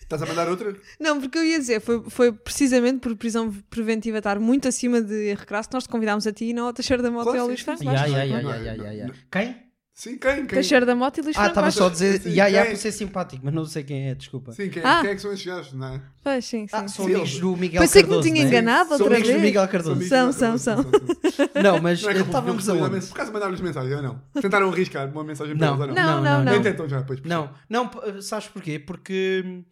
[SPEAKER 3] Estás a mandar outra?
[SPEAKER 2] Não, porque eu ia dizer, foi, foi precisamente por prisão preventiva estar muito acima de erro crasso, nós te convidámos a ti e não ao Teixeira da Mota
[SPEAKER 3] Claro,
[SPEAKER 2] e ao
[SPEAKER 3] sim,
[SPEAKER 2] Luís
[SPEAKER 3] sim,
[SPEAKER 2] Franco.
[SPEAKER 3] sim.
[SPEAKER 4] Ya,
[SPEAKER 2] Vasco.
[SPEAKER 4] ya, ya,
[SPEAKER 3] Não,
[SPEAKER 4] ya,
[SPEAKER 3] não,
[SPEAKER 4] ya,
[SPEAKER 3] não,
[SPEAKER 4] ya, ya.
[SPEAKER 3] não.
[SPEAKER 4] Quem?
[SPEAKER 3] Sim, quem? quem?
[SPEAKER 2] Teixeira da Mota e Luís
[SPEAKER 4] Ah,
[SPEAKER 2] Franco.
[SPEAKER 4] estava só a
[SPEAKER 2] Bastos.
[SPEAKER 4] dizer
[SPEAKER 3] Sim,
[SPEAKER 4] ya, ya,
[SPEAKER 3] quem?
[SPEAKER 4] por ser simpático, mas não sei quem é, desculpa.
[SPEAKER 3] Sim, quem,
[SPEAKER 2] Ah.
[SPEAKER 3] quem é que são estes gajos, não é?
[SPEAKER 2] Pois, sim, sim.
[SPEAKER 4] Ah, são
[SPEAKER 3] Sim,
[SPEAKER 4] amigos
[SPEAKER 3] eles-
[SPEAKER 4] do Miguel
[SPEAKER 2] Pensei que me
[SPEAKER 4] Cardoso.
[SPEAKER 2] tinha
[SPEAKER 4] não é?
[SPEAKER 2] enganado
[SPEAKER 3] São
[SPEAKER 2] outra
[SPEAKER 4] amigos do
[SPEAKER 2] vez.
[SPEAKER 4] Miguel
[SPEAKER 3] São
[SPEAKER 4] Cardoso.
[SPEAKER 3] amigos,
[SPEAKER 2] São,
[SPEAKER 3] não
[SPEAKER 2] são,
[SPEAKER 3] é?
[SPEAKER 2] são.
[SPEAKER 4] Não, mas
[SPEAKER 3] Não é que eu
[SPEAKER 4] estávamos
[SPEAKER 3] respondi à
[SPEAKER 4] aonde?
[SPEAKER 3] mensagem. Por acaso mandaram-lhes mensagem ou não? Tentaram arriscar uma mensagem para
[SPEAKER 4] Não,
[SPEAKER 3] eles ou
[SPEAKER 4] não,
[SPEAKER 3] não?
[SPEAKER 4] não, não.
[SPEAKER 2] Não, não,
[SPEAKER 3] Nem tentam já, pois.
[SPEAKER 4] Não, não, p- eh, sabes porquê? Porque,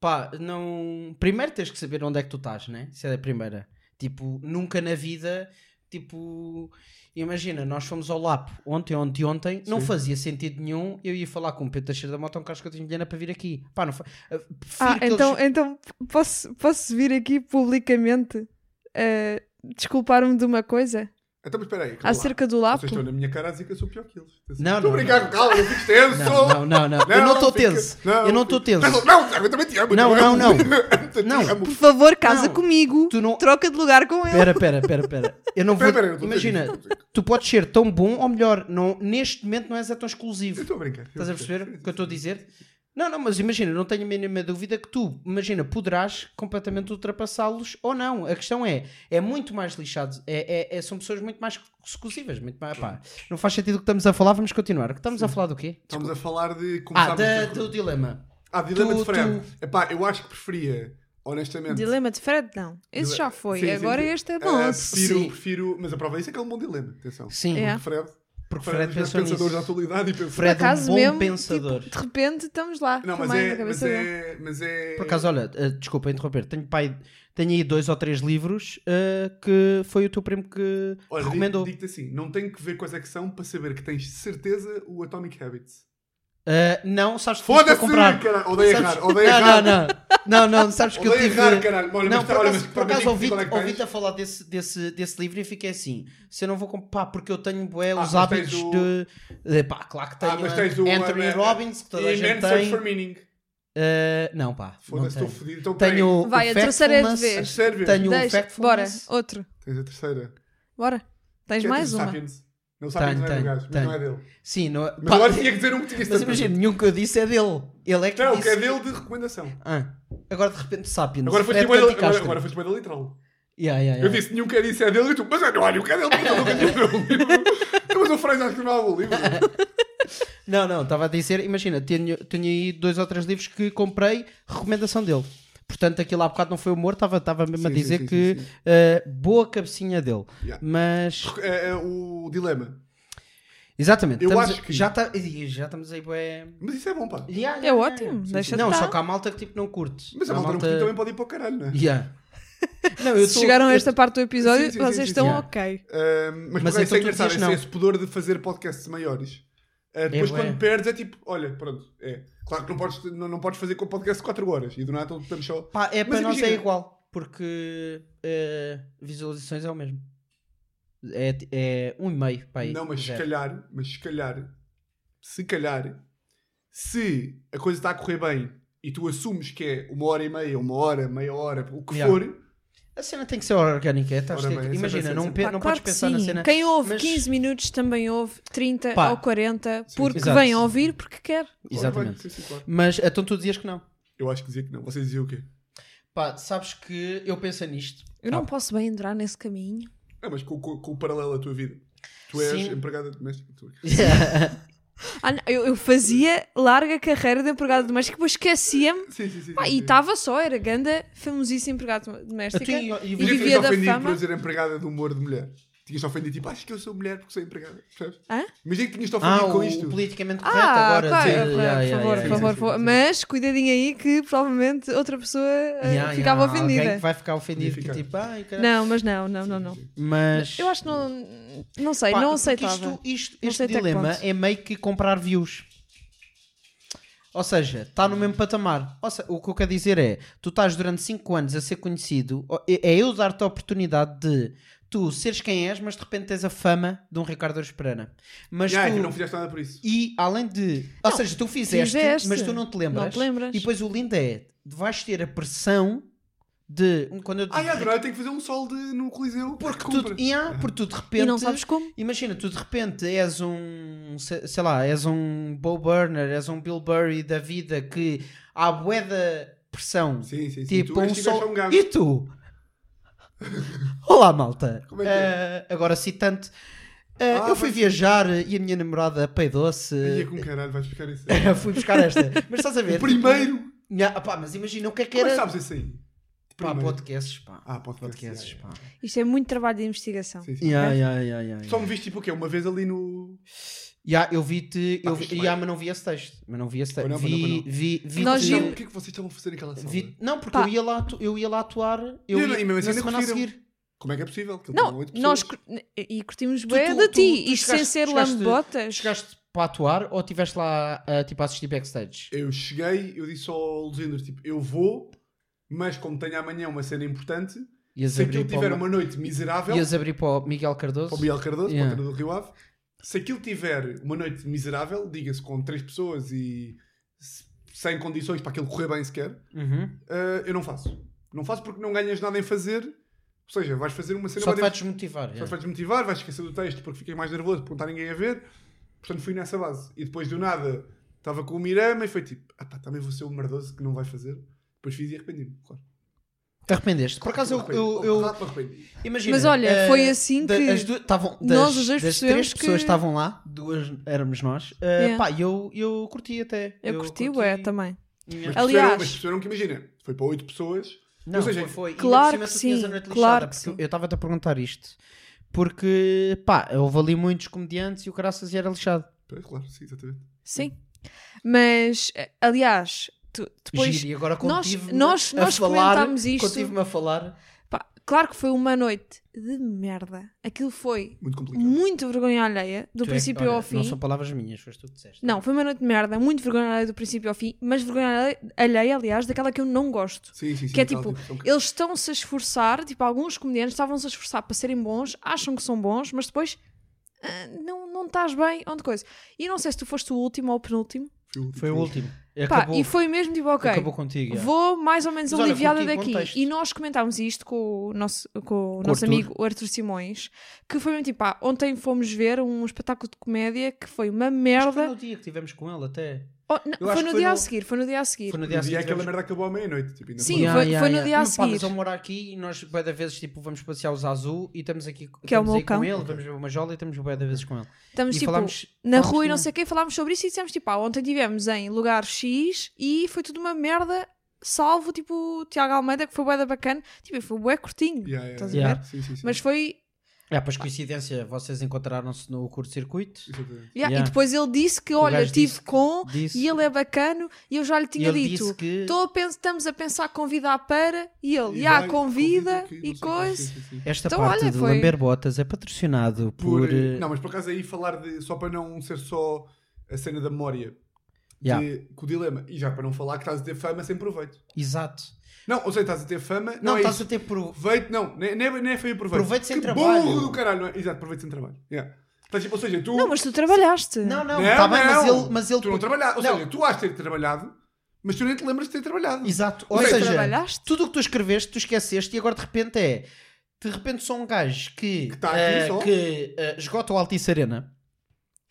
[SPEAKER 4] pá, não. Primeiro tens que saber onde é que tu estás, né? Isso é a primeira. Tipo, nunca na vida, tipo. Imagina, nós fomos ao LAP ontem, ontem, ontem, não
[SPEAKER 3] Sim.
[SPEAKER 4] fazia sentido nenhum eu ia falar com o Pedro Teixeira da Mota, um caso que eu tenho Vilhena para vir aqui. Pá, não fa... eh, prefiro
[SPEAKER 2] Ah,
[SPEAKER 4] que eles-
[SPEAKER 2] então, então posso, posso vir aqui publicamente eh, desculpar-me de uma coisa?
[SPEAKER 3] Então, mas espera aí. calma lá.
[SPEAKER 2] Acerca do Lapo?
[SPEAKER 3] Vocês estão na minha cara a dizer que eu sou pior que eles.
[SPEAKER 4] Não,
[SPEAKER 3] Estou a
[SPEAKER 4] não,
[SPEAKER 3] brincar,
[SPEAKER 4] não.
[SPEAKER 3] calma, eu fico tenso.
[SPEAKER 4] Não, não, não, não. eu não estou
[SPEAKER 3] fica-
[SPEAKER 4] tenso. eu não estou
[SPEAKER 3] fica-
[SPEAKER 4] tenso.
[SPEAKER 3] Não, eu também te amo.
[SPEAKER 4] Não,
[SPEAKER 3] te amo.
[SPEAKER 4] não, não.
[SPEAKER 3] Eu te
[SPEAKER 4] Não.
[SPEAKER 3] amo.
[SPEAKER 2] Por favor, casa
[SPEAKER 4] Não,
[SPEAKER 2] comigo.
[SPEAKER 4] tu não-
[SPEAKER 2] Troca de lugar com ele.
[SPEAKER 4] Pera, pera, pera, pera. Eu não vou.
[SPEAKER 3] Pera, pera, eu tô
[SPEAKER 4] Imagina,
[SPEAKER 3] tenso, eu tô tenso.
[SPEAKER 4] tu podes ser tão bom ou melhor. Não, neste momento não és é tão exclusivo.
[SPEAKER 3] Eu estou a brincar. eu
[SPEAKER 4] Estás a
[SPEAKER 3] tô-
[SPEAKER 4] perceber o que eu estou a dizer? Não, não, mas imagina, não tenho a mínima dúvida que tu, imagina, poderás completamente ultrapassá-los ou não. A questão é, é muito mais lixado, é, é- é- são pessoas muito mais exclusivas, muito mais, pá, não faz sentido o que estamos a falar, vamos continuar. O que Estamos a falar do quê?
[SPEAKER 3] Estamos a falar de
[SPEAKER 4] Ah,
[SPEAKER 3] começarmos
[SPEAKER 4] da,
[SPEAKER 3] a-
[SPEAKER 4] do dilema.
[SPEAKER 3] Ah, dilema
[SPEAKER 4] Tu-
[SPEAKER 3] de frango. Epá, eu acho que preferia, honestamente.
[SPEAKER 2] Dilema de Fred, não. Esse
[SPEAKER 3] Dile-
[SPEAKER 2] já foi.
[SPEAKER 3] Sim, sim,
[SPEAKER 2] Agora
[SPEAKER 3] sim.
[SPEAKER 2] este é
[SPEAKER 3] Ah,
[SPEAKER 2] nosso.
[SPEAKER 3] prefiro,
[SPEAKER 4] Sim.
[SPEAKER 3] prefiro, mas a prova é isso é que é um bom dilema. Atenção.
[SPEAKER 4] Sim,
[SPEAKER 2] É.
[SPEAKER 3] Porque Fred,
[SPEAKER 4] porque
[SPEAKER 3] Fred, é um
[SPEAKER 4] Fred
[SPEAKER 3] dos grandes
[SPEAKER 4] pensou
[SPEAKER 3] pensadores da
[SPEAKER 4] nisso.
[SPEAKER 3] atualidade e pensou.
[SPEAKER 2] Por
[SPEAKER 4] Fred é um
[SPEAKER 2] acaso
[SPEAKER 4] bom
[SPEAKER 2] mesmo,
[SPEAKER 4] pensador.
[SPEAKER 2] tipo, de repente estamos lá.
[SPEAKER 3] Não, mas
[SPEAKER 2] também, na
[SPEAKER 3] é, mas
[SPEAKER 2] cabeça dele.
[SPEAKER 3] é, mas é.
[SPEAKER 4] Por acaso, olha, eh, desculpa interromper, tenho, pai, tenho aí dois ou três livros eh, que foi o teu primo que
[SPEAKER 3] Olha, di-
[SPEAKER 4] recomendou.
[SPEAKER 3] Digo-te assim, não tenho que ver quais é que são para saber que tens de certeza o Atomic Habits.
[SPEAKER 4] Eh, não, sabes que tive para
[SPEAKER 3] Foda-se,
[SPEAKER 4] comprar.
[SPEAKER 3] caralho! Odeio
[SPEAKER 4] Sabes-
[SPEAKER 3] errar, odeio
[SPEAKER 4] não,
[SPEAKER 3] errar.
[SPEAKER 4] Não, não, não, não, sabes que eu
[SPEAKER 3] Odeio
[SPEAKER 4] tive.
[SPEAKER 3] errar, caralho. Olha,
[SPEAKER 4] não,
[SPEAKER 3] mas
[SPEAKER 4] por
[SPEAKER 3] tá- olha,
[SPEAKER 4] acaso,
[SPEAKER 3] mas
[SPEAKER 4] por
[SPEAKER 3] tá-
[SPEAKER 4] acaso
[SPEAKER 3] digo-te
[SPEAKER 4] ouvi,
[SPEAKER 3] qual é que
[SPEAKER 4] ouvi-te
[SPEAKER 3] tens.
[SPEAKER 4] a falar desse, desse, desse livro e fiquei assim: se eu não vou comprar, porque eu tenho bué,
[SPEAKER 3] Ah,
[SPEAKER 4] os
[SPEAKER 3] mas
[SPEAKER 4] hábitos
[SPEAKER 3] tens o-
[SPEAKER 4] de, de. Pá, claro que tenho.
[SPEAKER 3] Ah, mas
[SPEAKER 4] eh,
[SPEAKER 3] tens o
[SPEAKER 4] Anthony
[SPEAKER 3] eh,
[SPEAKER 4] Robbins, que toda a
[SPEAKER 3] e
[SPEAKER 4] gente
[SPEAKER 3] Man Search
[SPEAKER 4] tem.
[SPEAKER 3] for Meaning.
[SPEAKER 4] Eh, não, pá. Não
[SPEAKER 3] Foda-se, estou
[SPEAKER 4] tenho.
[SPEAKER 3] fodido. Então,
[SPEAKER 4] tenho
[SPEAKER 3] peraí.
[SPEAKER 4] o
[SPEAKER 2] Vai, a terceira é de
[SPEAKER 4] Factfulness,
[SPEAKER 2] vez.
[SPEAKER 3] A sério?
[SPEAKER 4] Tenho o
[SPEAKER 2] Deixa, bora,
[SPEAKER 4] Factfulness.
[SPEAKER 2] outro.
[SPEAKER 3] Tens a terceira.
[SPEAKER 2] Bora. Tens
[SPEAKER 3] Que é
[SPEAKER 2] mais
[SPEAKER 3] do
[SPEAKER 2] uma.
[SPEAKER 3] Sapiens. Não, o Sapiens
[SPEAKER 4] Tenho,
[SPEAKER 3] não é do
[SPEAKER 4] tenho,
[SPEAKER 3] gajo, mas
[SPEAKER 4] tenho.
[SPEAKER 3] não é dele.
[SPEAKER 4] Sim, não é.
[SPEAKER 3] Mas
[SPEAKER 4] pá,
[SPEAKER 3] agora tinha que dizer um que tinha
[SPEAKER 4] mas
[SPEAKER 3] certeza.
[SPEAKER 4] imagina, nenhum que eu disse é dele. Ele é que
[SPEAKER 3] Não, o que
[SPEAKER 4] disse.
[SPEAKER 3] é dele de recomendação.
[SPEAKER 4] Ah, agora de repente, Sapiens.
[SPEAKER 3] Agora foste
[SPEAKER 4] Fred
[SPEAKER 3] bué da- agora-
[SPEAKER 4] Cânticastro.
[SPEAKER 3] agora foste bué da literal.
[SPEAKER 4] Yeah, yeah,
[SPEAKER 3] Eu
[SPEAKER 4] yeah.
[SPEAKER 3] disse, nenhum que é disso é dele, e tu, mas eu não olho o que é dele, porque eu nunca tinha o meu livro. Então, Mas o Freire já escreveu o livro.
[SPEAKER 4] Não, não, estava a dizer, imagina, tenho, tenho aí dois ou três livros que comprei, recomendação dele. Portanto, aquilo há bocado não foi humor, estava, estava mesmo a
[SPEAKER 3] Sim, sim,
[SPEAKER 4] dizer
[SPEAKER 3] sim,
[SPEAKER 4] que
[SPEAKER 3] sim, sim.
[SPEAKER 4] eh, boa cabecinha dele.
[SPEAKER 3] Yeah.
[SPEAKER 4] Mas,
[SPEAKER 3] É, é o dilema.
[SPEAKER 4] exatamente,
[SPEAKER 3] Eu
[SPEAKER 4] estamos-
[SPEAKER 3] acho que-
[SPEAKER 4] já, tá- e já estamos aí. bué-
[SPEAKER 3] Mas isso é bom, pá.
[SPEAKER 4] Yeah, yeah,
[SPEAKER 2] É
[SPEAKER 4] yeah.
[SPEAKER 2] ótimo, deixa de
[SPEAKER 4] Não,
[SPEAKER 2] estar.
[SPEAKER 4] só que há malta que tipo não curte.
[SPEAKER 3] Mas a
[SPEAKER 4] Há
[SPEAKER 3] malta no Porto também pode ir para o caralho, não é?
[SPEAKER 4] Yeah. Não, eu
[SPEAKER 2] Se
[SPEAKER 4] tô-
[SPEAKER 2] chegaram a
[SPEAKER 4] eu-
[SPEAKER 2] esta parte do episódio,
[SPEAKER 3] Sim, sim, sim,
[SPEAKER 2] vocês
[SPEAKER 3] sim, sim.
[SPEAKER 2] estão
[SPEAKER 4] Yeah.
[SPEAKER 2] ok.
[SPEAKER 3] Ah, mas
[SPEAKER 4] Mas
[SPEAKER 3] por acaso isso
[SPEAKER 4] então
[SPEAKER 3] é
[SPEAKER 4] tu
[SPEAKER 3] engraçado,
[SPEAKER 4] dizes
[SPEAKER 3] esse,
[SPEAKER 4] não.
[SPEAKER 3] esse pudor de fazer podcasts maiores. Ah, depois,
[SPEAKER 4] É,
[SPEAKER 3] quando
[SPEAKER 4] ué.
[SPEAKER 3] perdes, é tipo, olha, pronto, é. Claro que não podes, não, não podes fazer com o podcast 4 horas e do nada então estamos só.
[SPEAKER 4] Pá, é,
[SPEAKER 3] Mas
[SPEAKER 4] para nós é
[SPEAKER 3] imagina.
[SPEAKER 4] igual, porque eh, visualizações é o mesmo. É, é um e meio, pá, aí,
[SPEAKER 3] não, mas se
[SPEAKER 4] zero.
[SPEAKER 3] calhar, mas se calhar, se calhar, se a coisa está a correr bem e tu assumes que é uma hora e meia, uma hora, meia hora, o que
[SPEAKER 4] Yeah.
[SPEAKER 3] for,
[SPEAKER 4] A cena tem que ser orgânica. é, estás
[SPEAKER 3] Ora
[SPEAKER 4] a ter-
[SPEAKER 3] bem, assim. essa
[SPEAKER 4] imagina,
[SPEAKER 3] vai ser
[SPEAKER 4] não,
[SPEAKER 3] sempre.
[SPEAKER 4] pe-
[SPEAKER 2] Pá,
[SPEAKER 4] não
[SPEAKER 2] claro
[SPEAKER 4] podes
[SPEAKER 2] que
[SPEAKER 4] pensar na
[SPEAKER 2] sim.
[SPEAKER 4] cena.
[SPEAKER 2] Quem ouve
[SPEAKER 4] mas-
[SPEAKER 2] 15 minutos também ouve 30
[SPEAKER 4] Pá.
[SPEAKER 2] ou 40,
[SPEAKER 3] sim,
[SPEAKER 2] porque
[SPEAKER 4] exato.
[SPEAKER 2] vem ouvir porque quer.
[SPEAKER 4] Exatamente.
[SPEAKER 3] Sim, sim, assim, claro.
[SPEAKER 4] Mas então tu dizias que não.
[SPEAKER 3] Eu acho que dizia que não. Vocês diziam o quê?
[SPEAKER 4] Pá, sabes que eu penso nisto.
[SPEAKER 2] Eu não
[SPEAKER 4] Ah,
[SPEAKER 2] posso bem entrar nesse caminho.
[SPEAKER 3] Ah, mas com, com- com o paralelo à tua vida. Tu és
[SPEAKER 4] Sim.
[SPEAKER 3] empregada doméstica. Tu...
[SPEAKER 2] Ah, não, eu, eu fazia larga carreira de empregado doméstico, depois esquecia-me.
[SPEAKER 3] Sim, sim, sim.
[SPEAKER 2] Pá,
[SPEAKER 3] sim,
[SPEAKER 2] e
[SPEAKER 3] sim.
[SPEAKER 2] estava só, era ganda, famosíssima empregada doméstica.
[SPEAKER 4] Eu tenho- e
[SPEAKER 2] e
[SPEAKER 4] vou-
[SPEAKER 3] Podia ter
[SPEAKER 2] vivia
[SPEAKER 3] sido
[SPEAKER 2] da
[SPEAKER 3] ofendido
[SPEAKER 2] fama.
[SPEAKER 3] por eu dizer empregada de humor de mulher. Tinhas ofendido tipo, acho que eu sou mulher porque sou empregada. Percebes?
[SPEAKER 2] Hã?
[SPEAKER 3] Imagina que tinhas-te
[SPEAKER 4] Ah,
[SPEAKER 3] ofendido
[SPEAKER 4] o,
[SPEAKER 3] com isto.
[SPEAKER 4] o politicamente correto
[SPEAKER 2] Ah,
[SPEAKER 4] agora.
[SPEAKER 2] claro,
[SPEAKER 4] dizer,
[SPEAKER 2] claro,
[SPEAKER 4] yeah,
[SPEAKER 2] por
[SPEAKER 4] yeah,
[SPEAKER 2] favor, por
[SPEAKER 4] yeah,
[SPEAKER 2] favor,
[SPEAKER 3] sim,
[SPEAKER 2] por-
[SPEAKER 3] sim.
[SPEAKER 2] Mas cuidadinho aí que provavelmente outra pessoa eh,
[SPEAKER 4] Yeah,
[SPEAKER 2] ficava
[SPEAKER 4] yeah, Alguém que
[SPEAKER 2] ofendida.
[SPEAKER 4] vai ficar ofendido. que
[SPEAKER 3] Ficar.
[SPEAKER 4] tipo, ai, caralho.
[SPEAKER 2] Não, mas não, não, não, não.
[SPEAKER 4] Mas.
[SPEAKER 2] Eu acho que não. Não sei,
[SPEAKER 4] Pá,
[SPEAKER 2] não
[SPEAKER 4] porque
[SPEAKER 2] aceitava.
[SPEAKER 4] Isto, isto,
[SPEAKER 2] Não
[SPEAKER 4] este
[SPEAKER 2] sei até que
[SPEAKER 4] dilema
[SPEAKER 2] ponto.
[SPEAKER 4] é meio que comprar views. Ou seja, está no mesmo patamar. Ou se- o que eu quero dizer é: tu estás durante 5 anos a ser conhecido, ó, é é eu dar-te a oportunidade de tu seres quem és, mas de repente tens a fama de um Ricardo Aros Pereira. Mas
[SPEAKER 3] Yeah, é
[SPEAKER 4] tu-
[SPEAKER 3] que não fizeste nada por isso.
[SPEAKER 4] e além de. Ou seja, tu fizeste,
[SPEAKER 2] fizeste.
[SPEAKER 4] mas tu não te lembras.
[SPEAKER 2] Não te lembras.
[SPEAKER 4] E depois o lindo é: vais ter a pressão de. Quando eu,
[SPEAKER 3] Ah, yeah, agora eu tenho que fazer um sol de, no Coliseu.
[SPEAKER 4] porque,
[SPEAKER 3] Cumpra.
[SPEAKER 4] tu, yeah, porque tu de repente.
[SPEAKER 2] E não sabes como.
[SPEAKER 4] Imagina, tu de repente és um, se- sei lá, és um Bo Burner, és um Bill Burry da vida que há bué da pressão.
[SPEAKER 3] Sim, sim, sim.
[SPEAKER 4] Tipo,
[SPEAKER 3] tu,
[SPEAKER 4] um
[SPEAKER 3] este gajo
[SPEAKER 4] sol-
[SPEAKER 3] é um gajo.
[SPEAKER 4] E tu? Olá, malta.
[SPEAKER 3] Como é que é?
[SPEAKER 4] Eh, agora citante. Eh,
[SPEAKER 3] Ah,
[SPEAKER 4] eu fui
[SPEAKER 3] mas-
[SPEAKER 4] viajar e a minha namorada peidou-se.
[SPEAKER 3] Ia é com caralho, vais buscar isso.
[SPEAKER 4] Eh, Fui buscar esta. Mas estás a ver?
[SPEAKER 3] O primeiro.
[SPEAKER 4] Nha, pá, mas imagina o que é que
[SPEAKER 3] Como é
[SPEAKER 4] era.
[SPEAKER 3] que sabes isso aí?
[SPEAKER 4] pá,
[SPEAKER 3] Primeiro.
[SPEAKER 4] podcasts, pá.
[SPEAKER 3] Ah, podcast.
[SPEAKER 4] Podcasts,
[SPEAKER 3] yeah,
[SPEAKER 4] pá.
[SPEAKER 2] Isto é muito trabalho de investigação.
[SPEAKER 3] yeah. Sim, sim.
[SPEAKER 4] Yeah, yeah, yeah, yeah,
[SPEAKER 3] Só me viste tipo o quê? Uma vez ali no.
[SPEAKER 4] Ya, eu vi-te.
[SPEAKER 3] Pá,
[SPEAKER 4] Eu
[SPEAKER 3] isto
[SPEAKER 4] vi,
[SPEAKER 3] bem.
[SPEAKER 4] ya, mas não vi esse texto. Mas não vi esse texto.
[SPEAKER 3] Pois não, pois
[SPEAKER 4] vi,
[SPEAKER 3] não, pois não.
[SPEAKER 4] vi, vi,
[SPEAKER 2] Nós
[SPEAKER 4] vi-
[SPEAKER 3] Não,
[SPEAKER 2] vimos-
[SPEAKER 3] o que é que vocês estavam a fazer naquela sala?
[SPEAKER 4] vi- Não, porque
[SPEAKER 2] Pá.
[SPEAKER 4] eu, ia lá, atu- eu ia lá atuar. Eu
[SPEAKER 3] E
[SPEAKER 4] ia,
[SPEAKER 3] não, e mesmo assim
[SPEAKER 4] na
[SPEAKER 3] ainda
[SPEAKER 4] semana a
[SPEAKER 3] curtiram.
[SPEAKER 4] seguir.
[SPEAKER 3] Como é que é possível? Que ele
[SPEAKER 2] Não,
[SPEAKER 3] tem oito
[SPEAKER 2] nós
[SPEAKER 3] pessoas.
[SPEAKER 2] cur- e curtimos
[SPEAKER 4] Tu-
[SPEAKER 2] bem
[SPEAKER 4] tu-
[SPEAKER 2] de
[SPEAKER 4] tu-
[SPEAKER 2] ti,
[SPEAKER 4] tu
[SPEAKER 2] isto
[SPEAKER 4] chegaste-
[SPEAKER 2] sem ser
[SPEAKER 4] chegaste-
[SPEAKER 2] lambotas.
[SPEAKER 4] Chegaste para atuar ou estiveste lá ah, tipo, a assistir backstage?
[SPEAKER 3] Eu cheguei, eu disse ao Legender: tipo, eu vou, mas como tenho amanhã uma cena importante,
[SPEAKER 4] Ias
[SPEAKER 3] se
[SPEAKER 4] abrir
[SPEAKER 3] aquilo tiver
[SPEAKER 4] para o-
[SPEAKER 3] uma noite miserável,
[SPEAKER 4] Ias abrir para o Miguel Cardoso.
[SPEAKER 3] para o Miguel Cardoso,
[SPEAKER 4] Yeah.
[SPEAKER 3] para o treinador do Rio Ave, se aquilo tiver uma noite miserável, diga-se com três pessoas e se- sem condições para aquilo correr bem sequer,
[SPEAKER 4] Uhum.
[SPEAKER 3] ah, eu não faço. Não faço porque não ganhas nada em fazer, ou seja, vais fazer uma cena
[SPEAKER 4] Só te
[SPEAKER 3] bué
[SPEAKER 4] vai
[SPEAKER 3] de-
[SPEAKER 4] desmotivar. é.
[SPEAKER 3] Só
[SPEAKER 4] ya.
[SPEAKER 3] te vais desmotivar, vais esquecer do texto porque ficas mais nervoso porque não está ninguém a ver. Portanto, fui nessa base. E depois do nada, estava com o Mirama e foi tipo: ah pá, também vou ser o merdoso que não vai fazer. Depois fiz e arrependi-me, claro.
[SPEAKER 4] Te arrependeste. Por acaso eu. eu, eu-
[SPEAKER 3] Claro que me arrependi.
[SPEAKER 4] imagina,
[SPEAKER 2] Mas olha,
[SPEAKER 4] ah,
[SPEAKER 2] foi assim
[SPEAKER 4] da-
[SPEAKER 2] que
[SPEAKER 4] as duas, tavam, das,
[SPEAKER 2] nós os dois
[SPEAKER 4] das
[SPEAKER 2] percebemos
[SPEAKER 4] três pessoas
[SPEAKER 2] que-
[SPEAKER 4] estavam lá, duas éramos nós. Ah,
[SPEAKER 2] Yeah.
[SPEAKER 4] Pá, eu, eu curti até.
[SPEAKER 2] Eu curti, ué, também.
[SPEAKER 3] Mas
[SPEAKER 2] Aliás-
[SPEAKER 3] perceberam, mas perceberam que imagina, foi para oito pessoas.
[SPEAKER 4] Não,
[SPEAKER 3] Ou seja,
[SPEAKER 4] foi, foi. E ainda
[SPEAKER 2] claro que
[SPEAKER 4] por cima tu tinhas a
[SPEAKER 2] sim,
[SPEAKER 4] noite
[SPEAKER 2] claro
[SPEAKER 4] lixada,
[SPEAKER 2] que sim.
[SPEAKER 4] porque Eu estava-te a perguntar isto. Porque, pá, houve ali muitos comediantes e o Caraças era lixado.
[SPEAKER 3] Pois, claro, sim, exatamente.
[SPEAKER 2] Sim.
[SPEAKER 3] Hum.
[SPEAKER 2] Mas, eh, aliás, tu- depois.
[SPEAKER 4] Giro, e agora
[SPEAKER 2] nós-
[SPEAKER 4] contive-me
[SPEAKER 2] nós-
[SPEAKER 4] a
[SPEAKER 2] nós
[SPEAKER 4] falar,
[SPEAKER 2] comentámos isto.
[SPEAKER 4] Contive-me a falar. é
[SPEAKER 2] pá, claro que foi uma noite de merda. Aquilo foi
[SPEAKER 3] Muito complicado.
[SPEAKER 2] muito vergonha alheia, do
[SPEAKER 4] Tu é que-
[SPEAKER 2] princípio
[SPEAKER 4] olha,
[SPEAKER 2] ao fim.
[SPEAKER 4] Não são palavras minhas, foste tu que disseste.
[SPEAKER 2] Não, foi uma noite de merda, muito vergonha alheia do princípio ao fim, mas vergonha alheia, aliás, daquela que eu não gosto.
[SPEAKER 3] Sim, sim, sim.
[SPEAKER 2] que é
[SPEAKER 3] aquela
[SPEAKER 2] tipo,
[SPEAKER 3] discussão que-
[SPEAKER 2] eles estão-se a esforçar, tipo, alguns comediantes estavam-se a esforçar para serem bons, acham que são bons, mas depois ah, não, não estás bem, onde coisa. E eu não sei se tu foste o último ou o penúltimo,
[SPEAKER 4] Foi o último.
[SPEAKER 2] Pá,
[SPEAKER 4] Acabou,
[SPEAKER 2] e foi mesmo tipo, ok,
[SPEAKER 4] acabou contigo. já.
[SPEAKER 2] vou mais ou menos
[SPEAKER 4] Mas olha,
[SPEAKER 2] aliviada
[SPEAKER 4] contigo,
[SPEAKER 2] daqui.
[SPEAKER 4] contexto.
[SPEAKER 2] E nós comentámos isto com o nosso, com o
[SPEAKER 4] Com
[SPEAKER 2] nosso
[SPEAKER 4] Arthur.
[SPEAKER 2] amigo Arthur Simões, que foi mesmo tipo, pá, ontem fomos ver um espetáculo de comédia que foi uma
[SPEAKER 4] Acho que Foi
[SPEAKER 2] merda.
[SPEAKER 4] no dia que tivemos com ele até.
[SPEAKER 2] Oh, não,
[SPEAKER 4] eu acho
[SPEAKER 2] foi
[SPEAKER 4] que
[SPEAKER 2] no
[SPEAKER 4] foi
[SPEAKER 2] dia
[SPEAKER 4] no-
[SPEAKER 2] a seguir, foi no dia a seguir.
[SPEAKER 4] Foi no dia assim,
[SPEAKER 3] No
[SPEAKER 4] a seguir.
[SPEAKER 3] dia aquela
[SPEAKER 4] tivemos-
[SPEAKER 3] merda acabou à meia-noite. Tipo, ainda
[SPEAKER 2] Sim,
[SPEAKER 3] foi-
[SPEAKER 2] foi- foi no dia a
[SPEAKER 4] Mas, pá,
[SPEAKER 2] seguir.
[SPEAKER 4] mas eu moro aqui e nós, bué da vezes, tipo, vamos passear os azul e estamos aqui
[SPEAKER 2] Que é o
[SPEAKER 4] estamos
[SPEAKER 2] meu
[SPEAKER 4] aí
[SPEAKER 2] cão.
[SPEAKER 4] com ele, vamos ver uma jola e estamos bué da vezes com ele.
[SPEAKER 2] Estamos
[SPEAKER 4] e
[SPEAKER 2] tipo
[SPEAKER 4] falámos-
[SPEAKER 2] na
[SPEAKER 4] falámos
[SPEAKER 2] rua e não
[SPEAKER 4] de-
[SPEAKER 2] sei o quê, falámos sobre isso e dissemos tipo, ah, ontem estivemos em lugar X e foi tudo uma merda, salvo tipo o Tiago Almeida, que foi bué da bacana, tipo, foi bué curtinho,
[SPEAKER 3] Yeah, yeah,
[SPEAKER 2] estás a
[SPEAKER 4] yeah.
[SPEAKER 2] ver?
[SPEAKER 3] Sim, sim, sim.
[SPEAKER 2] Mas foi,
[SPEAKER 4] É, pois coincidência, vocês encontraram-se no curto-circuito.
[SPEAKER 3] Exatamente.
[SPEAKER 2] yeah,
[SPEAKER 4] Yeah.
[SPEAKER 2] e depois ele disse que,
[SPEAKER 4] O
[SPEAKER 2] olha,
[SPEAKER 4] gajo
[SPEAKER 2] estive
[SPEAKER 4] disse-
[SPEAKER 2] com,
[SPEAKER 4] Disse,
[SPEAKER 2] e ele é bacano, e eu já lhe
[SPEAKER 4] e
[SPEAKER 2] tinha
[SPEAKER 4] ele
[SPEAKER 2] dito,
[SPEAKER 4] disse que.
[SPEAKER 2] "Tô a pens- estamos a pensar convidar para, e ele,
[SPEAKER 3] E
[SPEAKER 2] já,
[SPEAKER 3] vai,
[SPEAKER 2] convida,
[SPEAKER 3] que não sei
[SPEAKER 2] e
[SPEAKER 3] o quê, sim,
[SPEAKER 2] coisa,
[SPEAKER 3] sim, sim.
[SPEAKER 4] Esta
[SPEAKER 2] Então,
[SPEAKER 4] parte
[SPEAKER 2] olha,
[SPEAKER 4] de
[SPEAKER 2] foi-
[SPEAKER 4] Lamber Botas é patrocinado por.
[SPEAKER 3] Por,
[SPEAKER 4] eh,
[SPEAKER 3] Não, mas por acaso aí falar de. Só para não ser só a cena da memória.
[SPEAKER 4] yeah,
[SPEAKER 3] Que, que o dilema. E já para não falar que estás a ter fama sem proveito.
[SPEAKER 4] Exato.
[SPEAKER 3] Não, ou seja, estás a ter fama. Não,
[SPEAKER 4] Não,
[SPEAKER 3] é
[SPEAKER 4] estás
[SPEAKER 3] isso.
[SPEAKER 4] a ter por.
[SPEAKER 3] Proveito, não, nem, nem, é- nem é feio proveito.
[SPEAKER 4] Proveito sem
[SPEAKER 3] que
[SPEAKER 4] trabalho.
[SPEAKER 3] burro do caralho, não é? Exato, proveito sem trabalho. Yeah. Estás tipo, ou seja, tu.
[SPEAKER 2] não, mas tu trabalhaste,
[SPEAKER 4] Não, não, tá bem, mas ele. Mas ele
[SPEAKER 3] Tu não trabalhaste. Ou
[SPEAKER 4] Não.
[SPEAKER 3] seja, tu has de ter trabalhado, mas tu nem te lembras de ter trabalhado.
[SPEAKER 4] Exato.
[SPEAKER 3] Ou
[SPEAKER 4] Ou
[SPEAKER 3] seja,
[SPEAKER 4] seja,
[SPEAKER 2] trabalhaste?
[SPEAKER 4] tudo o que tu escreveste, tu esqueceste e agora de repente é. De repente sou um gajo que,
[SPEAKER 3] Que tá aqui
[SPEAKER 4] eh,
[SPEAKER 3] só.
[SPEAKER 4] que, eh, esgota o Altice Arena.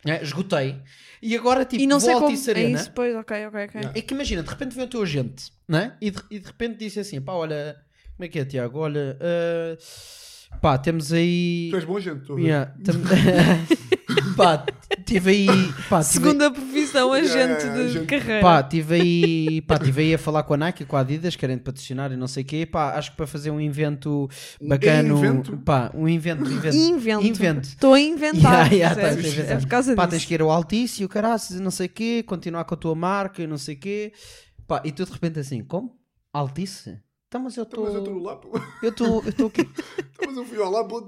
[SPEAKER 4] Né? Esgotei. E agora tipo,
[SPEAKER 2] e não
[SPEAKER 4] vou
[SPEAKER 2] sei
[SPEAKER 4] ao
[SPEAKER 2] como,
[SPEAKER 4] Altice
[SPEAKER 2] é
[SPEAKER 4] Arena.
[SPEAKER 2] isso, pois, ok, ok, ok.
[SPEAKER 3] Yeah.
[SPEAKER 4] É que imagina, de repente vem o teu agente, né? E de, e de repente disse assim: pá, olha, como é que é, Tiago? Olha, ah, pá, temos aí.
[SPEAKER 3] Tu és bom gente, estou a ver.
[SPEAKER 4] Yeah, tam- pá, tive aí. Pá, tive-
[SPEAKER 2] Segunda Visão agente
[SPEAKER 3] Yeah, yeah, yeah,
[SPEAKER 2] de
[SPEAKER 3] agente.
[SPEAKER 2] carreira.
[SPEAKER 4] Pá, estive aí, pá, tive aí a falar com a Nike e com a Adidas, querendo patrocinar e não sei o quê. Pá, acho que para fazer um invento bacano.
[SPEAKER 3] invento?
[SPEAKER 4] Pá, um invento. invento.
[SPEAKER 2] Invento.
[SPEAKER 4] Invento.
[SPEAKER 2] Estou a inventar.
[SPEAKER 4] Yeah, yeah,
[SPEAKER 2] percebes?
[SPEAKER 4] estás a inventar.
[SPEAKER 2] é por causa
[SPEAKER 4] Pá,
[SPEAKER 2] disso.
[SPEAKER 4] tens que ir ao Altice e o caraças e não sei o quê, continuar com a tua marca e não sei o quê. Pá, e tu de repente assim, como? Altice? Então, mas eu
[SPEAKER 3] Então, mas eu estou
[SPEAKER 4] estou.
[SPEAKER 3] lá, pô. Então,
[SPEAKER 4] Eu estou. Eu estou aqui.
[SPEAKER 3] mas eu fui ao lá, pô.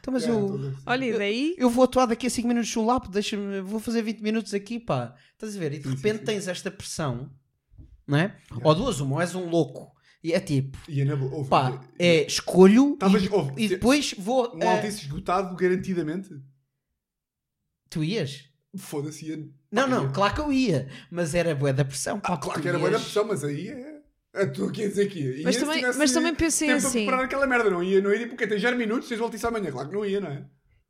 [SPEAKER 4] Então, mas
[SPEAKER 3] Yeah,
[SPEAKER 4] eu.
[SPEAKER 3] estou a ver.
[SPEAKER 2] Olha, e daí?
[SPEAKER 4] Eu vou atuar daqui a 5 minutos no lapo, deixa-me, vou fazer 20 minutos aqui, pá. Estás a ver? E de
[SPEAKER 3] Sim, sim,
[SPEAKER 4] repente
[SPEAKER 3] sim.
[SPEAKER 4] tens esta pressão, não é? Ou duas, uma, ou és um louco. E é tipo,
[SPEAKER 3] E é na boa. Ouve,
[SPEAKER 4] pá, é escolho
[SPEAKER 3] Talvez,
[SPEAKER 4] e,
[SPEAKER 3] ouve,
[SPEAKER 4] e
[SPEAKER 3] se-
[SPEAKER 4] depois vou.
[SPEAKER 3] Um
[SPEAKER 4] eh,
[SPEAKER 3] altice esgotado, garantidamente.
[SPEAKER 4] tu ias?
[SPEAKER 3] Foda-se, ia.
[SPEAKER 4] Não,
[SPEAKER 3] ia.
[SPEAKER 4] não, claro que eu ia, mas era bué da pressão, pá.
[SPEAKER 3] Ah, claro
[SPEAKER 4] tu
[SPEAKER 3] que era boa da
[SPEAKER 4] ias.
[SPEAKER 3] pressão, mas aí é. é tu aqui a dizer que ia. E
[SPEAKER 2] Mas
[SPEAKER 3] se
[SPEAKER 2] também,
[SPEAKER 3] tivesse
[SPEAKER 2] mas também pensei
[SPEAKER 3] Tempo
[SPEAKER 2] assim.
[SPEAKER 3] a preparar aquela merda, não ia, não ia tipo, que tem 0 minutos, tens o altice amanhã. Claro que não ia, não é?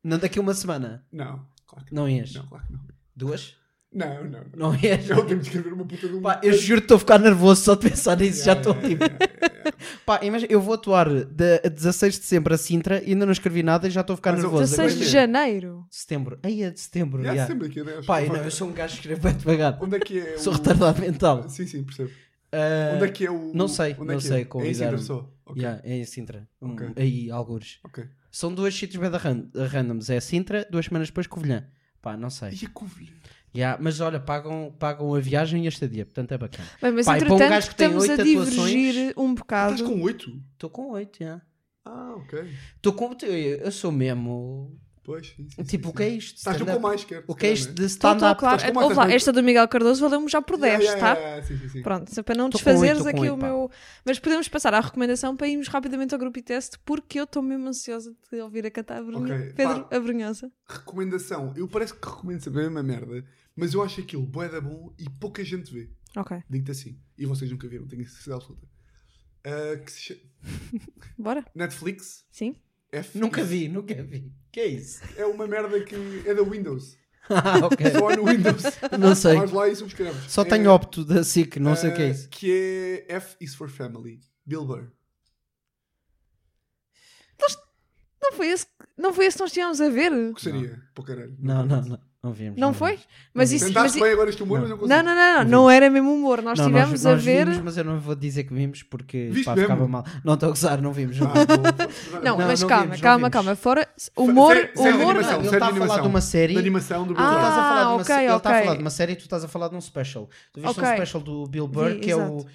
[SPEAKER 4] Não daqui a uma semana.
[SPEAKER 3] Não, claro que não.
[SPEAKER 4] Não ias.
[SPEAKER 3] Não, claro que não.
[SPEAKER 4] Duas?
[SPEAKER 3] Não, não. não.
[SPEAKER 4] Não ias.
[SPEAKER 3] Eu tenho de escrever uma puta de um. É,
[SPEAKER 4] Pá, eu juro que estou a ficar nervoso só de pensar nisso, já
[SPEAKER 3] Yeah,
[SPEAKER 4] estou
[SPEAKER 3] yeah,
[SPEAKER 4] tipo.
[SPEAKER 3] yeah, yeah, yeah.
[SPEAKER 4] Pá, imagina, eu vou atuar de, a 16 de dezembro a Sintra, ainda não escrevi nada e já estou a ficar
[SPEAKER 3] Mas eu-
[SPEAKER 4] nervoso.
[SPEAKER 2] 16
[SPEAKER 4] Agora-
[SPEAKER 2] de
[SPEAKER 3] Mas-
[SPEAKER 2] janeiro.
[SPEAKER 4] Setembro. Aí é de setembro.
[SPEAKER 3] Yeah,
[SPEAKER 4] já.
[SPEAKER 3] sempre aqui a 10.
[SPEAKER 4] Pá, eu não, eu sou um gajo que escreve bem devagar.
[SPEAKER 3] Onde é que é?
[SPEAKER 4] Sou
[SPEAKER 3] o-
[SPEAKER 4] retardado mental.
[SPEAKER 3] Sim, sim, percebo.
[SPEAKER 4] Ah,
[SPEAKER 3] Onde é que é o.
[SPEAKER 4] não sei,
[SPEAKER 3] onde é
[SPEAKER 4] não
[SPEAKER 3] que é?
[SPEAKER 4] sei,
[SPEAKER 3] É em
[SPEAKER 4] convidaram-me.
[SPEAKER 3] Sintra só. Ok,
[SPEAKER 4] yeah, é em Sintra. Um,
[SPEAKER 3] Ok.
[SPEAKER 4] Aí, algures.
[SPEAKER 3] Ok.
[SPEAKER 4] São dois sítios bem da ran- randoms. É Sintra, duas semanas depois Covilhã. Pá, não sei.
[SPEAKER 3] E a Covilhã?
[SPEAKER 4] Yeah, mas olha, pagam, pagam a viagem e a estadia, portanto é bacana.
[SPEAKER 2] Bem, mas
[SPEAKER 4] Pá, e para um
[SPEAKER 2] entretanto
[SPEAKER 4] gajo que tem
[SPEAKER 2] estamos a
[SPEAKER 4] oito
[SPEAKER 2] divergir um bocado.
[SPEAKER 3] Estás com 8?
[SPEAKER 4] Estou com oito, já.
[SPEAKER 3] Ah, ok.
[SPEAKER 4] Estou com. Eu eu sou mesmo.
[SPEAKER 3] Pois, sim, sim,
[SPEAKER 4] Tipo,
[SPEAKER 3] sim,
[SPEAKER 4] o que é
[SPEAKER 3] sim.
[SPEAKER 4] isto?
[SPEAKER 3] Estás tu
[SPEAKER 4] Stand-up.
[SPEAKER 3] com mais, quer?
[SPEAKER 4] O que é isto de
[SPEAKER 2] Estou, estou,
[SPEAKER 4] stand-up?
[SPEAKER 2] claro.
[SPEAKER 3] Estás com mais,
[SPEAKER 2] Ouve lá,
[SPEAKER 3] estás com-
[SPEAKER 2] esta do Miguel Cardoso valeu-me já por 10, tá?
[SPEAKER 3] Sim, sim, sim.
[SPEAKER 2] Pronto, só para não
[SPEAKER 4] Tô com
[SPEAKER 2] desfazeres
[SPEAKER 4] oito, tô com
[SPEAKER 2] aqui o
[SPEAKER 4] oito, pá.
[SPEAKER 2] meu. Mas podemos passar à recomendação para irmos rapidamente ao grupo e teste, porque eu estou mesmo ansiosa de ouvir a cantar a Brunhosa.
[SPEAKER 3] Ok,
[SPEAKER 2] Pedro,
[SPEAKER 3] pá.
[SPEAKER 2] a Brunhosa.
[SPEAKER 3] Recomendação. Eu parece que recomendo sempre a mesma merda, mas eu acho aquilo bué da bom e pouca gente vê.
[SPEAKER 2] Ok,
[SPEAKER 3] Digo-te assim. E vocês nunca viram, tenho a certeza absoluta. Ah, que se chama...
[SPEAKER 2] bora?
[SPEAKER 3] Netflix
[SPEAKER 2] Sim?
[SPEAKER 3] F.
[SPEAKER 4] Nunca vi, nunca vi. Que é isso?
[SPEAKER 3] É uma merda que é da Windows.
[SPEAKER 4] ah, ok.
[SPEAKER 3] Só no Windows.
[SPEAKER 4] Não sei.
[SPEAKER 3] Vais lá e subscreves.
[SPEAKER 4] Só
[SPEAKER 3] É-
[SPEAKER 4] tenho opto da SIC, não sei o que é
[SPEAKER 3] Ah,
[SPEAKER 4] isso.
[SPEAKER 3] Que é F is for Family. Bill Burr.
[SPEAKER 2] Não foi esse, não foi esse que nós estivemos a ver?
[SPEAKER 3] O que seria? Pô, caralho.
[SPEAKER 4] Não, não, não. Não vimos.
[SPEAKER 2] Não foi? Mas isso. Mas,
[SPEAKER 3] Tentaste
[SPEAKER 2] i-
[SPEAKER 3] bem agora este humor, mas não consigo.
[SPEAKER 2] não, não, não, não, não era mesmo humor. Nós
[SPEAKER 4] Não,
[SPEAKER 2] estivemos a
[SPEAKER 4] nós
[SPEAKER 2] ver.
[SPEAKER 4] Vimos, mas eu não vou dizer que vimos porque
[SPEAKER 3] Viste
[SPEAKER 4] pá,
[SPEAKER 3] mesmo?
[SPEAKER 4] ficava mal. Não estou a gozar, não vimos. Não.
[SPEAKER 3] Ah, bom.
[SPEAKER 2] Não,
[SPEAKER 4] Não,
[SPEAKER 2] mas
[SPEAKER 4] não
[SPEAKER 2] calma,
[SPEAKER 4] vimos, não
[SPEAKER 2] calma,
[SPEAKER 4] vimos.
[SPEAKER 2] calma. Fora humor,
[SPEAKER 3] Série- série é de
[SPEAKER 2] humor. Ah,
[SPEAKER 3] animação,
[SPEAKER 4] Ele
[SPEAKER 3] série
[SPEAKER 4] tá a
[SPEAKER 3] de
[SPEAKER 4] falar
[SPEAKER 3] animação.
[SPEAKER 4] de uma série.
[SPEAKER 3] De animação do Bill
[SPEAKER 4] Tu
[SPEAKER 3] Burr.
[SPEAKER 4] estás a falar de uma
[SPEAKER 2] ok,
[SPEAKER 4] série, ele está a
[SPEAKER 2] ok.
[SPEAKER 4] falar de uma série e tu estás a falar de um special. Tu viste um
[SPEAKER 2] Ok.
[SPEAKER 4] special do Bill Burr
[SPEAKER 2] Vi,
[SPEAKER 4] que é o
[SPEAKER 2] exato.
[SPEAKER 4] uh,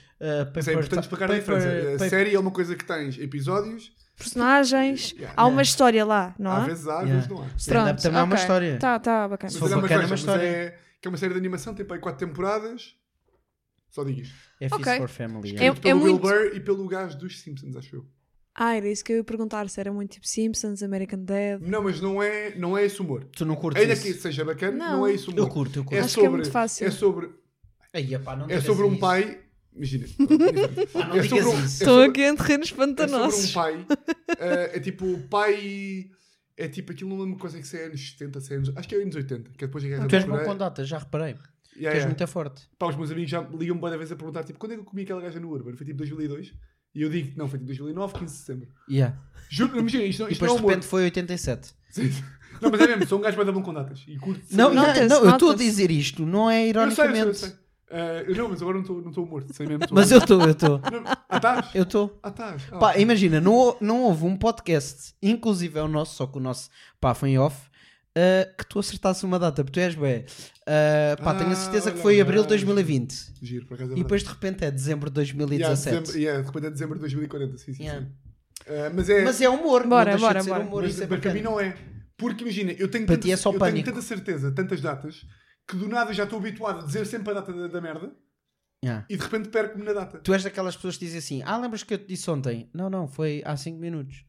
[SPEAKER 4] Paper...
[SPEAKER 3] Mas é importante explicar a
[SPEAKER 4] paper,
[SPEAKER 3] diferença. A
[SPEAKER 4] paper-
[SPEAKER 3] série é uma coisa que tens episódios,
[SPEAKER 2] personagens.
[SPEAKER 3] Yeah.
[SPEAKER 2] Há uma história lá, Ah, não
[SPEAKER 3] às
[SPEAKER 2] há?
[SPEAKER 3] vezes há, às
[SPEAKER 4] Yeah.
[SPEAKER 3] vezes não há. Mas
[SPEAKER 4] Stand-up
[SPEAKER 2] Pronto,
[SPEAKER 4] também é uma
[SPEAKER 2] ok.
[SPEAKER 4] história.
[SPEAKER 2] Tá, tá, bacana.
[SPEAKER 4] Se
[SPEAKER 3] é
[SPEAKER 4] for
[SPEAKER 3] uma
[SPEAKER 4] bacana,
[SPEAKER 3] coisa,
[SPEAKER 4] é uma
[SPEAKER 3] mas
[SPEAKER 4] história.
[SPEAKER 3] é- que é uma série de animação, tem para aí 4 temporadas. Só digo isto.
[SPEAKER 4] É Fist
[SPEAKER 2] Ok.
[SPEAKER 4] for Family.
[SPEAKER 2] É-
[SPEAKER 4] é.
[SPEAKER 3] Escrito pelo
[SPEAKER 2] muito-
[SPEAKER 3] Bill Burr e pelo gajo dos Simpsons, acho eu.
[SPEAKER 2] Ah, era isso que eu ia perguntar. Se era muito tipo Simpsons, American Dad.
[SPEAKER 3] Não, mas não é, não é esse humor.
[SPEAKER 4] Tu não curtes
[SPEAKER 3] Ainda que
[SPEAKER 4] isso?
[SPEAKER 3] isso seja bacana, não,
[SPEAKER 2] Não.
[SPEAKER 3] é esse humor.
[SPEAKER 4] Eu curto, eu curto.
[SPEAKER 3] É
[SPEAKER 2] Acho que é
[SPEAKER 3] sobre,
[SPEAKER 2] muito fácil.
[SPEAKER 3] É sobre,
[SPEAKER 4] Aí, epá, não
[SPEAKER 3] é
[SPEAKER 4] digas
[SPEAKER 3] sobre um
[SPEAKER 4] isso.
[SPEAKER 3] pai. Imagina.
[SPEAKER 2] Ah,
[SPEAKER 4] não
[SPEAKER 3] é
[SPEAKER 4] digas
[SPEAKER 3] sobre um, é
[SPEAKER 4] isso.
[SPEAKER 2] Estou
[SPEAKER 3] sobre-
[SPEAKER 2] aqui em terrenos
[SPEAKER 3] é sobre
[SPEAKER 2] pantanosos.
[SPEAKER 3] um pai. eh, é tipo o pai. É tipo aquilo, não lembro coisa que se é anos 70, se é anos. Acho que é anos 80, que é depois da guerra
[SPEAKER 4] Tu és
[SPEAKER 3] da
[SPEAKER 4] bom
[SPEAKER 3] Coreia.
[SPEAKER 4] com datas, já reparei. Tu
[SPEAKER 3] Yeah,
[SPEAKER 4] és
[SPEAKER 3] yeah.
[SPEAKER 4] muito forte.
[SPEAKER 3] Pá, os meus amigos já ligam-me boa da vez a perguntar tipo, quando é que eu comi aquela gaja no Urban? Foi tipo 2002? E eu digo, não, foi tipo 2009, 15 de setembro.
[SPEAKER 4] Yeah.
[SPEAKER 3] Juro, imagina, isto, não- Então
[SPEAKER 4] E
[SPEAKER 3] isto
[SPEAKER 4] depois
[SPEAKER 3] não é
[SPEAKER 4] de
[SPEAKER 3] humor.
[SPEAKER 4] repente foi 87.
[SPEAKER 3] Sim. Não, mas é mesmo, sou um gajo para dar bom com datas. E curto.
[SPEAKER 4] Não,
[SPEAKER 3] Sim.
[SPEAKER 4] não,
[SPEAKER 2] Nota-se,
[SPEAKER 4] não, eu estou a
[SPEAKER 2] nota-se.
[SPEAKER 4] dizer isto, não
[SPEAKER 3] Eu
[SPEAKER 4] é
[SPEAKER 3] sei, eu sei, eu
[SPEAKER 4] ironicamente.
[SPEAKER 3] sei. Eh, eu não, mas agora não estou não estou morto, sei mesmo. estou-
[SPEAKER 4] Mas eu estou, eu estou.
[SPEAKER 3] Não, ah, estás?
[SPEAKER 4] Eu estou.
[SPEAKER 3] Ah, estás. Ah,
[SPEAKER 4] Pá,
[SPEAKER 3] ok.
[SPEAKER 4] imagina, não, hou- não houve um podcast, inclusive é o nosso, só que o nosso, pá, foi em off, ah, que tu acertasse uma data, porque tu és bem. pá, tenho a certeza
[SPEAKER 3] Ah,
[SPEAKER 4] que foi em
[SPEAKER 3] olha,
[SPEAKER 4] abril de
[SPEAKER 3] olha.
[SPEAKER 4] 2020.
[SPEAKER 3] Giro, por acaso é
[SPEAKER 4] E
[SPEAKER 3] verdade.
[SPEAKER 4] depois de repente é dezembro de
[SPEAKER 3] Yeah,
[SPEAKER 4] 2017.
[SPEAKER 3] dezembro- yeah, de repente é dezembro de 2040, sim, sim.
[SPEAKER 4] Yeah.
[SPEAKER 3] sim. Eh, mas é.
[SPEAKER 4] Mas é humor,
[SPEAKER 2] Bora,
[SPEAKER 4] não deixa
[SPEAKER 2] bora,
[SPEAKER 4] de ser
[SPEAKER 2] bora.
[SPEAKER 4] humor,
[SPEAKER 3] Mas
[SPEAKER 4] isso é
[SPEAKER 3] para mim
[SPEAKER 4] bacana.
[SPEAKER 3] não é. Porque imagina, eu, tenho
[SPEAKER 4] Para
[SPEAKER 3] tanta,
[SPEAKER 4] ti é só
[SPEAKER 3] eu tenho
[SPEAKER 4] pânico.
[SPEAKER 3] tanta certeza, tantas datas, que do nada já estou habituado a dizer sempre a data da, da merda
[SPEAKER 4] Yeah.
[SPEAKER 3] e de repente perco-me na data.
[SPEAKER 4] Tu és daquelas pessoas que dizem assim: Ah, lembras que eu te disse ontem? Não, não, foi há 5 minutos.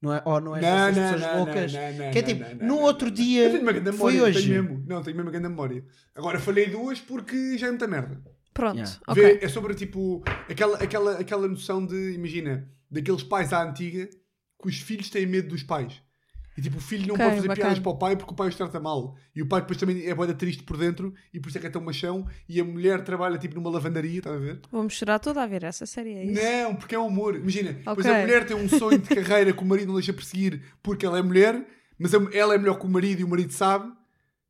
[SPEAKER 4] Não é, ou não és dessas pessoas loucas. que é tipo, no outro dia
[SPEAKER 3] Eu tenho uma grande
[SPEAKER 4] foi
[SPEAKER 3] memória,
[SPEAKER 4] hoje.
[SPEAKER 3] Tenho mesmo. Não, tenho mesmo uma grande memória. Agora falhei duas porque já é muita merda.
[SPEAKER 2] Pronto,
[SPEAKER 4] Yeah.
[SPEAKER 2] ok.
[SPEAKER 3] Vê, é sobre tipo aquela, aquela, aquela noção de, imagina, daqueles pais à antiga que os filhos têm medo dos pais. E tipo, o filho não
[SPEAKER 2] Ok,
[SPEAKER 3] pode fazer
[SPEAKER 2] bacana.
[SPEAKER 3] piadas para o pai porque o pai os trata mal. E o pai depois também é boeda triste por dentro e por isso é que é tão machão. E a mulher trabalha tipo numa lavandaria, estás a ver?
[SPEAKER 2] Vamos chorar toda a ver essa série, é isso?
[SPEAKER 3] Não, porque é um humor. Imagina, depois
[SPEAKER 2] Ok.
[SPEAKER 3] a mulher tem um sonho de carreira que o marido não deixa perseguir porque ela é mulher, mas a- ela é melhor que o marido e o marido sabe.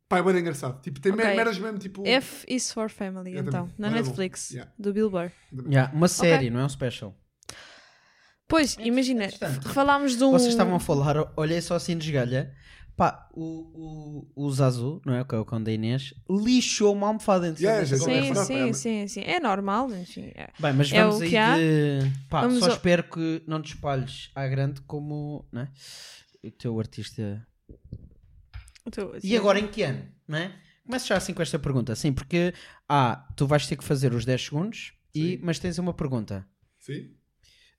[SPEAKER 3] Pá, é bem engraçado. Tipo, tem
[SPEAKER 2] Ok. É
[SPEAKER 3] meras mesmo, tipo...
[SPEAKER 2] F is for Family,
[SPEAKER 3] Eu
[SPEAKER 2] então,
[SPEAKER 3] também.
[SPEAKER 2] na
[SPEAKER 3] Era bom.
[SPEAKER 2] Netflix,
[SPEAKER 3] Yeah.
[SPEAKER 2] do Bill Burr.
[SPEAKER 4] Yeah, uma série, não é um special.
[SPEAKER 2] Pois, imagina,
[SPEAKER 4] interessante.
[SPEAKER 2] falámos de um.
[SPEAKER 4] Vocês estavam a falar, olhei só assim de esgalha. Pá, o, o, o Zazu, não é? Que é o cão da Inês, lixou uma almofada antes
[SPEAKER 3] Yeah,
[SPEAKER 4] dessa
[SPEAKER 3] gente,
[SPEAKER 4] conversa.
[SPEAKER 2] Sim,
[SPEAKER 3] Agora é
[SPEAKER 2] sim,
[SPEAKER 3] verdade.
[SPEAKER 2] sim, sim. É normal, enfim. é.
[SPEAKER 4] Bem, mas
[SPEAKER 2] É
[SPEAKER 4] vamos
[SPEAKER 2] o
[SPEAKER 4] aí
[SPEAKER 2] que há.
[SPEAKER 4] de... Pá,
[SPEAKER 2] Vamos
[SPEAKER 4] só
[SPEAKER 2] ao-
[SPEAKER 4] espero que não te espalhes à grande como, não é? O teu artista...
[SPEAKER 2] Então,
[SPEAKER 4] E agora em que ano, não é? Começo já assim com esta pergunta, sim, porque... Ah, tu vais ter que fazer os 10 segundos, e,
[SPEAKER 3] Sim.
[SPEAKER 4] mas tens uma pergunta.
[SPEAKER 3] Sim?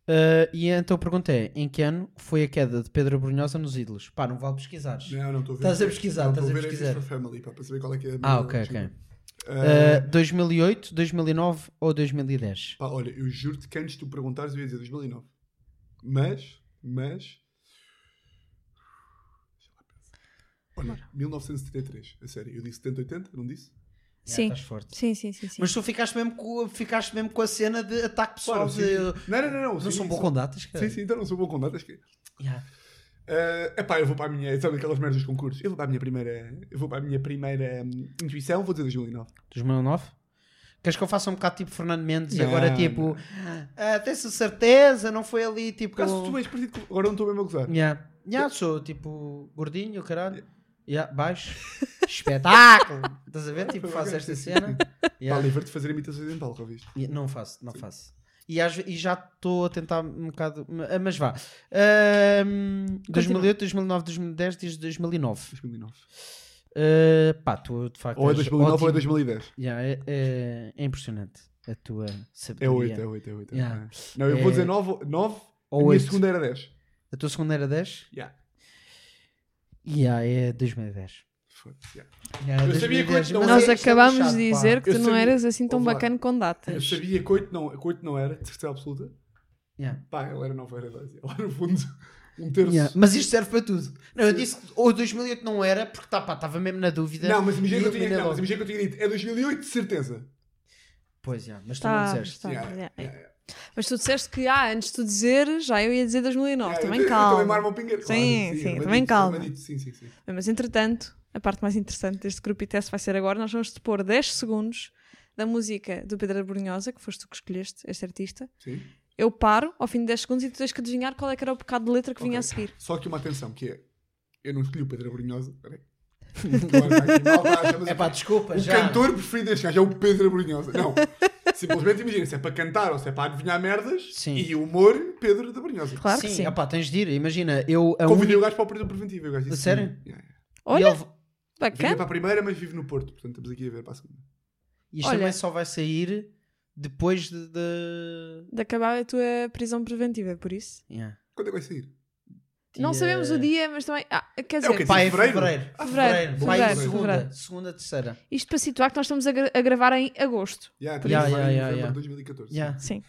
[SPEAKER 4] Ah, e então a pergunta é, em que ano foi a queda de Pedro Brunhosa nos ídolos? Pá, não vale pesquisares.
[SPEAKER 3] Não, não estou a ver.
[SPEAKER 4] Estás a pesquisar,
[SPEAKER 3] Não,
[SPEAKER 4] estás
[SPEAKER 3] estou
[SPEAKER 4] a
[SPEAKER 3] ver
[SPEAKER 4] pesquisar.
[SPEAKER 3] Fish for Family, pá, para saber qual é que é a
[SPEAKER 4] Ah,
[SPEAKER 3] minha-
[SPEAKER 4] ok, ok.
[SPEAKER 3] Ah,
[SPEAKER 4] Ah, 2008, 2009 ou 2010?
[SPEAKER 3] pá, olha, eu juro-te que antes de tu perguntares eu ia dizer 2009. Mas, mas... Olha, 1973, a sério. Eu disse 70, 80, não disse?
[SPEAKER 2] Sim.
[SPEAKER 4] estás forte.
[SPEAKER 2] Sim, sim, sim. sim.
[SPEAKER 4] Mas tu ficaste mesmo, com, ficaste mesmo com a cena de ataque pessoal.
[SPEAKER 3] Claro, sim,
[SPEAKER 4] de,
[SPEAKER 3] sim. Não, não, não. Não,
[SPEAKER 4] não
[SPEAKER 3] sim,
[SPEAKER 4] são é. bom
[SPEAKER 3] sim.
[SPEAKER 4] com datas, cara.
[SPEAKER 3] Sim, sim, então não sou bom com datas. que-
[SPEAKER 4] Yeah.
[SPEAKER 3] É epá, eu vou para a minha. Sabe aquelas merdas dos concursos? Eu vou para a minha primeira. Eu vou para a minha primeira hum, intuição, vou dizer 2009.
[SPEAKER 4] 2009? Queres que eu faça um bocado tipo Fernando Mendes e
[SPEAKER 3] Não,
[SPEAKER 4] agora tipo. Ah, tens certeza? Não foi ali tipo.
[SPEAKER 3] Por acaso tu é-" és partido. com- Agora não estou mesmo a gozar.
[SPEAKER 4] Yeah. Yeah, sou tipo gordinho, caralho. Yeah, baixo. Espetáculo! Estás a ver? Tipo, faço esta cena.
[SPEAKER 3] Está
[SPEAKER 4] Yeah.
[SPEAKER 3] livre de fazer imitações em palco, viste?
[SPEAKER 4] E- Não faço, não faço. E, às ve- e já estou a tentar um bocado. ma- Mas vá. Ahm, 2008, 2009, 2010, diz 2009.
[SPEAKER 3] 2009.
[SPEAKER 4] Ah, pá, tu de facto.
[SPEAKER 3] Ou é
[SPEAKER 4] és
[SPEAKER 3] 2009 ou é
[SPEAKER 4] ótimo.
[SPEAKER 3] 2010.
[SPEAKER 4] Yeah, é, é- é impressionante a tua
[SPEAKER 3] É
[SPEAKER 4] sabedoria.
[SPEAKER 3] 8, é 8, é 8.
[SPEAKER 4] Yeah.
[SPEAKER 3] Não, eu vou
[SPEAKER 4] É-
[SPEAKER 3] dizer 9. 9 a
[SPEAKER 4] Ou
[SPEAKER 3] minha
[SPEAKER 4] oito.
[SPEAKER 3] segunda era 10.
[SPEAKER 4] A tua segunda era 10?
[SPEAKER 3] Yeah.
[SPEAKER 4] Yeah, é 2010.
[SPEAKER 3] Foda-se, yeah.
[SPEAKER 4] Yeah, é
[SPEAKER 3] Eu sabia que o
[SPEAKER 4] 2010,
[SPEAKER 3] Edson não
[SPEAKER 4] mas
[SPEAKER 3] era.
[SPEAKER 2] Nós
[SPEAKER 4] é- isto é
[SPEAKER 2] acabámos
[SPEAKER 4] lixado,
[SPEAKER 2] de
[SPEAKER 4] pá.
[SPEAKER 2] dizer que
[SPEAKER 3] Eu
[SPEAKER 2] tu não
[SPEAKER 3] sabia-
[SPEAKER 2] eras assim tão
[SPEAKER 3] Ouve lá.
[SPEAKER 2] bacana com
[SPEAKER 3] Eu
[SPEAKER 2] datas.
[SPEAKER 3] sabia que 8 não, que oito não era, de certeza absoluta.
[SPEAKER 4] Yeah.
[SPEAKER 3] Pá, ela era 9, era 10. Ela era no fundo um terço.
[SPEAKER 4] Yeah, Mas isto serve para tudo. Não, eu disse que ou 2008 não era, porque tá, pá, estava mesmo na dúvida.
[SPEAKER 3] Não, mas imagina que eu
[SPEAKER 4] E
[SPEAKER 3] tinha-
[SPEAKER 4] eliminei
[SPEAKER 3] não, mas
[SPEAKER 4] logo.
[SPEAKER 3] imagina que eu tinha dito. É 2008, de certeza.
[SPEAKER 4] Pois, yeah, mas tu não
[SPEAKER 2] Tá,
[SPEAKER 4] disseste.
[SPEAKER 2] tá,
[SPEAKER 3] Yeah,
[SPEAKER 2] yeah,
[SPEAKER 3] yeah,
[SPEAKER 2] yeah. Mas tu disseste que, ah, antes de tu dizer, já eu ia dizer 2009.
[SPEAKER 3] Ah,
[SPEAKER 2] também
[SPEAKER 3] eu- eu
[SPEAKER 2] calma.
[SPEAKER 3] Também me armo o pingueiro.
[SPEAKER 2] Sim,
[SPEAKER 3] claro,
[SPEAKER 2] sim,
[SPEAKER 3] armadito,
[SPEAKER 2] também calma.
[SPEAKER 3] armadito, Sim, sim, sim.
[SPEAKER 2] Mas entretanto, a parte mais interessante deste grupo ITS vai ser agora. Nós vamos te pôr 10 segundos da música do Pedro Brunhosa, que foste tu que escolheste, este artista.
[SPEAKER 3] sim.
[SPEAKER 2] Eu paro ao fim de 10 segundos e tu tens que adivinhar qual é que era o bocado de letra que vinha a seguir.
[SPEAKER 3] Só que uma atenção, que é... Eu não escolhi o Pedro Abrunhosa. Peraí. é Agora está aqui, malta, acha, mas
[SPEAKER 4] É pá, desculpa,
[SPEAKER 3] o
[SPEAKER 4] já.
[SPEAKER 3] cantor preferido deste gajo é o Pedro Abrunhosa. Não. Simplesmente imagina, se é para cantar ou se é para adivinhar merdas.
[SPEAKER 4] Sim.
[SPEAKER 3] E o humor, Pedro da Brunhosa.
[SPEAKER 2] Claro que
[SPEAKER 4] sim,
[SPEAKER 2] sim.
[SPEAKER 4] opá, tens de ir. Imagina, eu. A
[SPEAKER 3] Convidei
[SPEAKER 4] única...
[SPEAKER 3] o gajo para o período preventivo. e O gajo disse,
[SPEAKER 4] um Sério?
[SPEAKER 3] sim. Yeah, yeah.
[SPEAKER 2] Olha,
[SPEAKER 4] e ele-
[SPEAKER 3] Vinha
[SPEAKER 2] bacana.
[SPEAKER 3] para a primeira, mas vive no Porto. Portanto, estamos aqui a ver para a segunda.
[SPEAKER 4] Isto
[SPEAKER 2] Olha.
[SPEAKER 4] também só vai sair depois de. de-
[SPEAKER 2] De acabar a tua prisão preventiva, por isso.
[SPEAKER 4] Yeah.
[SPEAKER 3] Quando é que vai sair?
[SPEAKER 2] Não
[SPEAKER 4] Dia-
[SPEAKER 2] sabemos o dia, mas também. Ah, quer dizer,
[SPEAKER 3] o quê?
[SPEAKER 4] Pá, é
[SPEAKER 3] Fevereiro?
[SPEAKER 4] fevereiro.
[SPEAKER 3] Ah,
[SPEAKER 2] fevereiro,
[SPEAKER 4] Pá, é
[SPEAKER 2] fevereiro,
[SPEAKER 4] segunda,
[SPEAKER 2] fevereiro.
[SPEAKER 4] segunda, terceira.
[SPEAKER 2] isto para situar que nós estamos a, gra- a gravar em agosto.
[SPEAKER 3] Yeah, 3
[SPEAKER 4] Yeah,
[SPEAKER 3] de
[SPEAKER 4] yeah,
[SPEAKER 3] novembro
[SPEAKER 4] yeah,
[SPEAKER 3] de 2014.
[SPEAKER 4] Yeah.
[SPEAKER 2] Sim.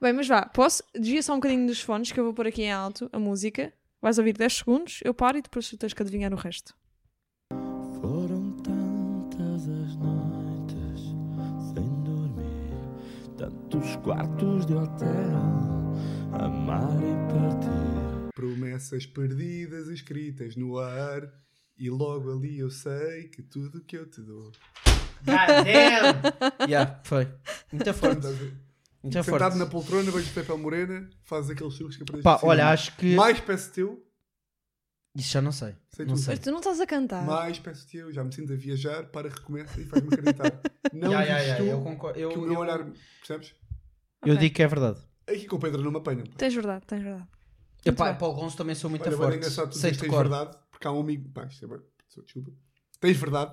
[SPEAKER 2] Bem, mas vá, posso? Desvia só um bocadinho dos fones que eu vou pôr aqui em alto a música. Vais ouvir 10 segundos, eu paro e depois tu tens que adivinhar o resto.
[SPEAKER 5] Foram tantas as noites sem dormir, tantos quartos de hotel, amar e partir.
[SPEAKER 3] Promessas perdidas escritas no ar e logo ali eu sei que tudo que eu te dou.
[SPEAKER 4] God Ah, damn! yeah, foi. Muito forte. Muito
[SPEAKER 3] Sentado
[SPEAKER 4] forte.
[SPEAKER 3] na poltrona, vejo o papel morena, fazes aqueles truques que aprendeste.
[SPEAKER 4] Pá,
[SPEAKER 3] de cinema.
[SPEAKER 4] olha, acho que.
[SPEAKER 3] Mais peço teu,
[SPEAKER 4] Isso já não sei.
[SPEAKER 3] Sei
[SPEAKER 4] não
[SPEAKER 3] tudo.
[SPEAKER 4] sei.
[SPEAKER 2] Mas tu não estás a cantar.
[SPEAKER 4] Ah.
[SPEAKER 3] mais peço teu, já me sinto a viajar, para recomeça e faz-me acreditar. Não
[SPEAKER 4] Yeah,
[SPEAKER 3] dizes
[SPEAKER 4] yeah, yeah,
[SPEAKER 3] tu
[SPEAKER 4] eu concordo. Eu,
[SPEAKER 3] que o meu
[SPEAKER 4] eu-
[SPEAKER 3] olhar, percebes?
[SPEAKER 4] eu
[SPEAKER 2] Ok.
[SPEAKER 4] digo que é verdade.
[SPEAKER 3] Aqui com o Pedro não me apanham. pá.
[SPEAKER 2] Tens verdade, tens verdade.
[SPEAKER 4] Eu, pá,
[SPEAKER 2] bem.
[SPEAKER 4] para o Gonço também sou muito
[SPEAKER 3] Olha, bem
[SPEAKER 4] forte.
[SPEAKER 3] engraçado, tu
[SPEAKER 4] Sei
[SPEAKER 3] dizes
[SPEAKER 4] de
[SPEAKER 3] tens
[SPEAKER 4] cor.
[SPEAKER 3] verdade, porque há um amigo, pá, isto é bem, desculpa. Tens verdade,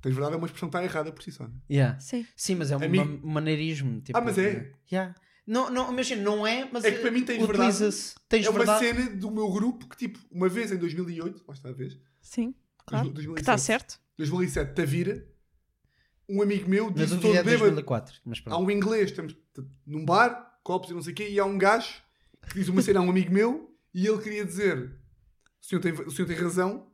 [SPEAKER 3] tens verdade é uma expressão que está errada por si só. né?
[SPEAKER 4] Yeah.
[SPEAKER 2] Sim.
[SPEAKER 4] Sim, mas é um
[SPEAKER 3] Amigo.
[SPEAKER 4] ma- maneirismo. Tipo,
[SPEAKER 3] Ah, mas é.
[SPEAKER 4] Yeah. Não, não, imagina, não é, mas
[SPEAKER 3] É que para mim tens verdade.
[SPEAKER 4] utiliza-se. Tens
[SPEAKER 3] É uma
[SPEAKER 4] verdade.
[SPEAKER 3] cena do meu grupo que, tipo, uma vez em 2008, lá está a vez,
[SPEAKER 2] Sim, claro.
[SPEAKER 3] 2007.
[SPEAKER 2] Que está certo.
[SPEAKER 3] 2007, Tavira, um amigo meu
[SPEAKER 4] Mas
[SPEAKER 3] disse
[SPEAKER 4] o
[SPEAKER 3] todo
[SPEAKER 4] vídeo é
[SPEAKER 3] bêbado.
[SPEAKER 4] 2004. Mas
[SPEAKER 3] Há
[SPEAKER 4] pronto.
[SPEAKER 3] um inglês, estamos t- num bar, copos e não sei o quê, e há um gajo que diz uma cena a um amigo meu e ele queria dizer: o senhor tem, o senhor tem razão.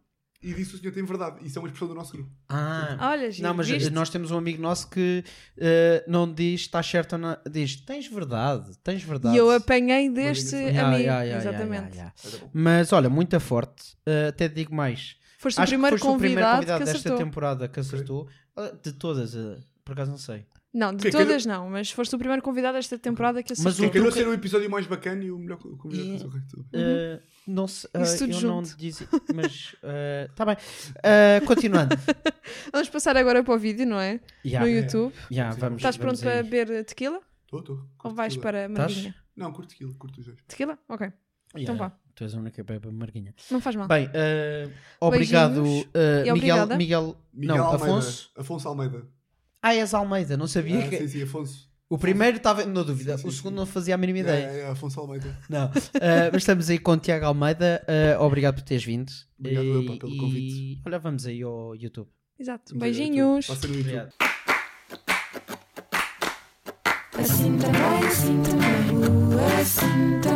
[SPEAKER 3] E disse o senhor tem verdade. Isso é uma expressão do nosso grupo.
[SPEAKER 4] Ah,
[SPEAKER 2] Olha, Gil,
[SPEAKER 4] Não, mas
[SPEAKER 2] viste?
[SPEAKER 4] nós temos um amigo nosso que eh, não diz está certo ou não. Diz tens verdade, tens verdade.
[SPEAKER 2] E eu apanhei deste
[SPEAKER 3] Uma
[SPEAKER 2] amigo.
[SPEAKER 4] Yeah, yeah, yeah, yeah,
[SPEAKER 2] Exatamente.
[SPEAKER 4] yeah, yeah.
[SPEAKER 3] Era bom.
[SPEAKER 4] Mas olha, muito forte. Eh, até te digo mais.
[SPEAKER 2] Foste o
[SPEAKER 4] Acho
[SPEAKER 2] primeiro
[SPEAKER 4] que foste o primeiro
[SPEAKER 2] convidado que
[SPEAKER 4] convidado desta
[SPEAKER 2] acertou.
[SPEAKER 4] temporada que acertou. Ah, De todas, ah, por acaso não sei.
[SPEAKER 2] Não, de
[SPEAKER 3] Que é que-
[SPEAKER 2] todas não, mas foste o primeiro convidado desta temporada que
[SPEAKER 4] Mas o
[SPEAKER 2] acertou.
[SPEAKER 3] Quem calhou
[SPEAKER 4] truque-
[SPEAKER 3] ser o episódio mais bacana e o melhor convidado.
[SPEAKER 4] E-
[SPEAKER 3] Mas ok, tudo bem.
[SPEAKER 4] Ah, não sei, ah,
[SPEAKER 2] Isso Uhum. tudo
[SPEAKER 4] eu não
[SPEAKER 2] junto.
[SPEAKER 4] dizia, mas está bem. Ah, continuando.
[SPEAKER 2] Vamos passar agora para o vídeo, não é?
[SPEAKER 4] Yeah,
[SPEAKER 2] no YouTube.
[SPEAKER 4] yeah, vamos,
[SPEAKER 2] Estás
[SPEAKER 4] vamos
[SPEAKER 2] pronto para
[SPEAKER 4] aí.
[SPEAKER 2] beber tequila?
[SPEAKER 3] Estou, estou.
[SPEAKER 2] Ou vais para
[SPEAKER 4] Estás?
[SPEAKER 2] Marguinha?
[SPEAKER 3] Não, curto aquilo, curto os dois.
[SPEAKER 2] Tequila? Ok, então vá.
[SPEAKER 4] Tu és a única beba marguinha.
[SPEAKER 2] Não faz mal.
[SPEAKER 4] Bem, eh, obrigado,
[SPEAKER 2] Beijinhos
[SPEAKER 4] eh,
[SPEAKER 2] e
[SPEAKER 4] Miguel,
[SPEAKER 2] obrigada.
[SPEAKER 4] Miguel,
[SPEAKER 3] Miguel
[SPEAKER 4] não,
[SPEAKER 3] Almeida.
[SPEAKER 4] Afonso.
[SPEAKER 3] Afonso Almeida.
[SPEAKER 4] Ah, és Almeida, não sabia
[SPEAKER 3] Ah,
[SPEAKER 4] que.
[SPEAKER 3] sim, sim, Afonso.
[SPEAKER 4] O primeiro estava na dúvida,
[SPEAKER 3] Sim, sim,
[SPEAKER 4] o segundo
[SPEAKER 3] sim.
[SPEAKER 4] não fazia a mínima
[SPEAKER 3] É,
[SPEAKER 4] ideia.
[SPEAKER 3] é, é, Afonso Almeida.
[SPEAKER 4] Não. Eh, mas estamos aí com o Tiago Almeida. eh, obrigado por teres vindo.
[SPEAKER 3] Obrigado,
[SPEAKER 4] E-
[SPEAKER 3] eu, pá, pelo
[SPEAKER 4] e-
[SPEAKER 3] convite.
[SPEAKER 4] Olha, vamos aí ao YouTube.
[SPEAKER 2] Exato. Beijinhos.
[SPEAKER 3] Passa no YouTube.
[SPEAKER 1] Assim também, assim também, assim também.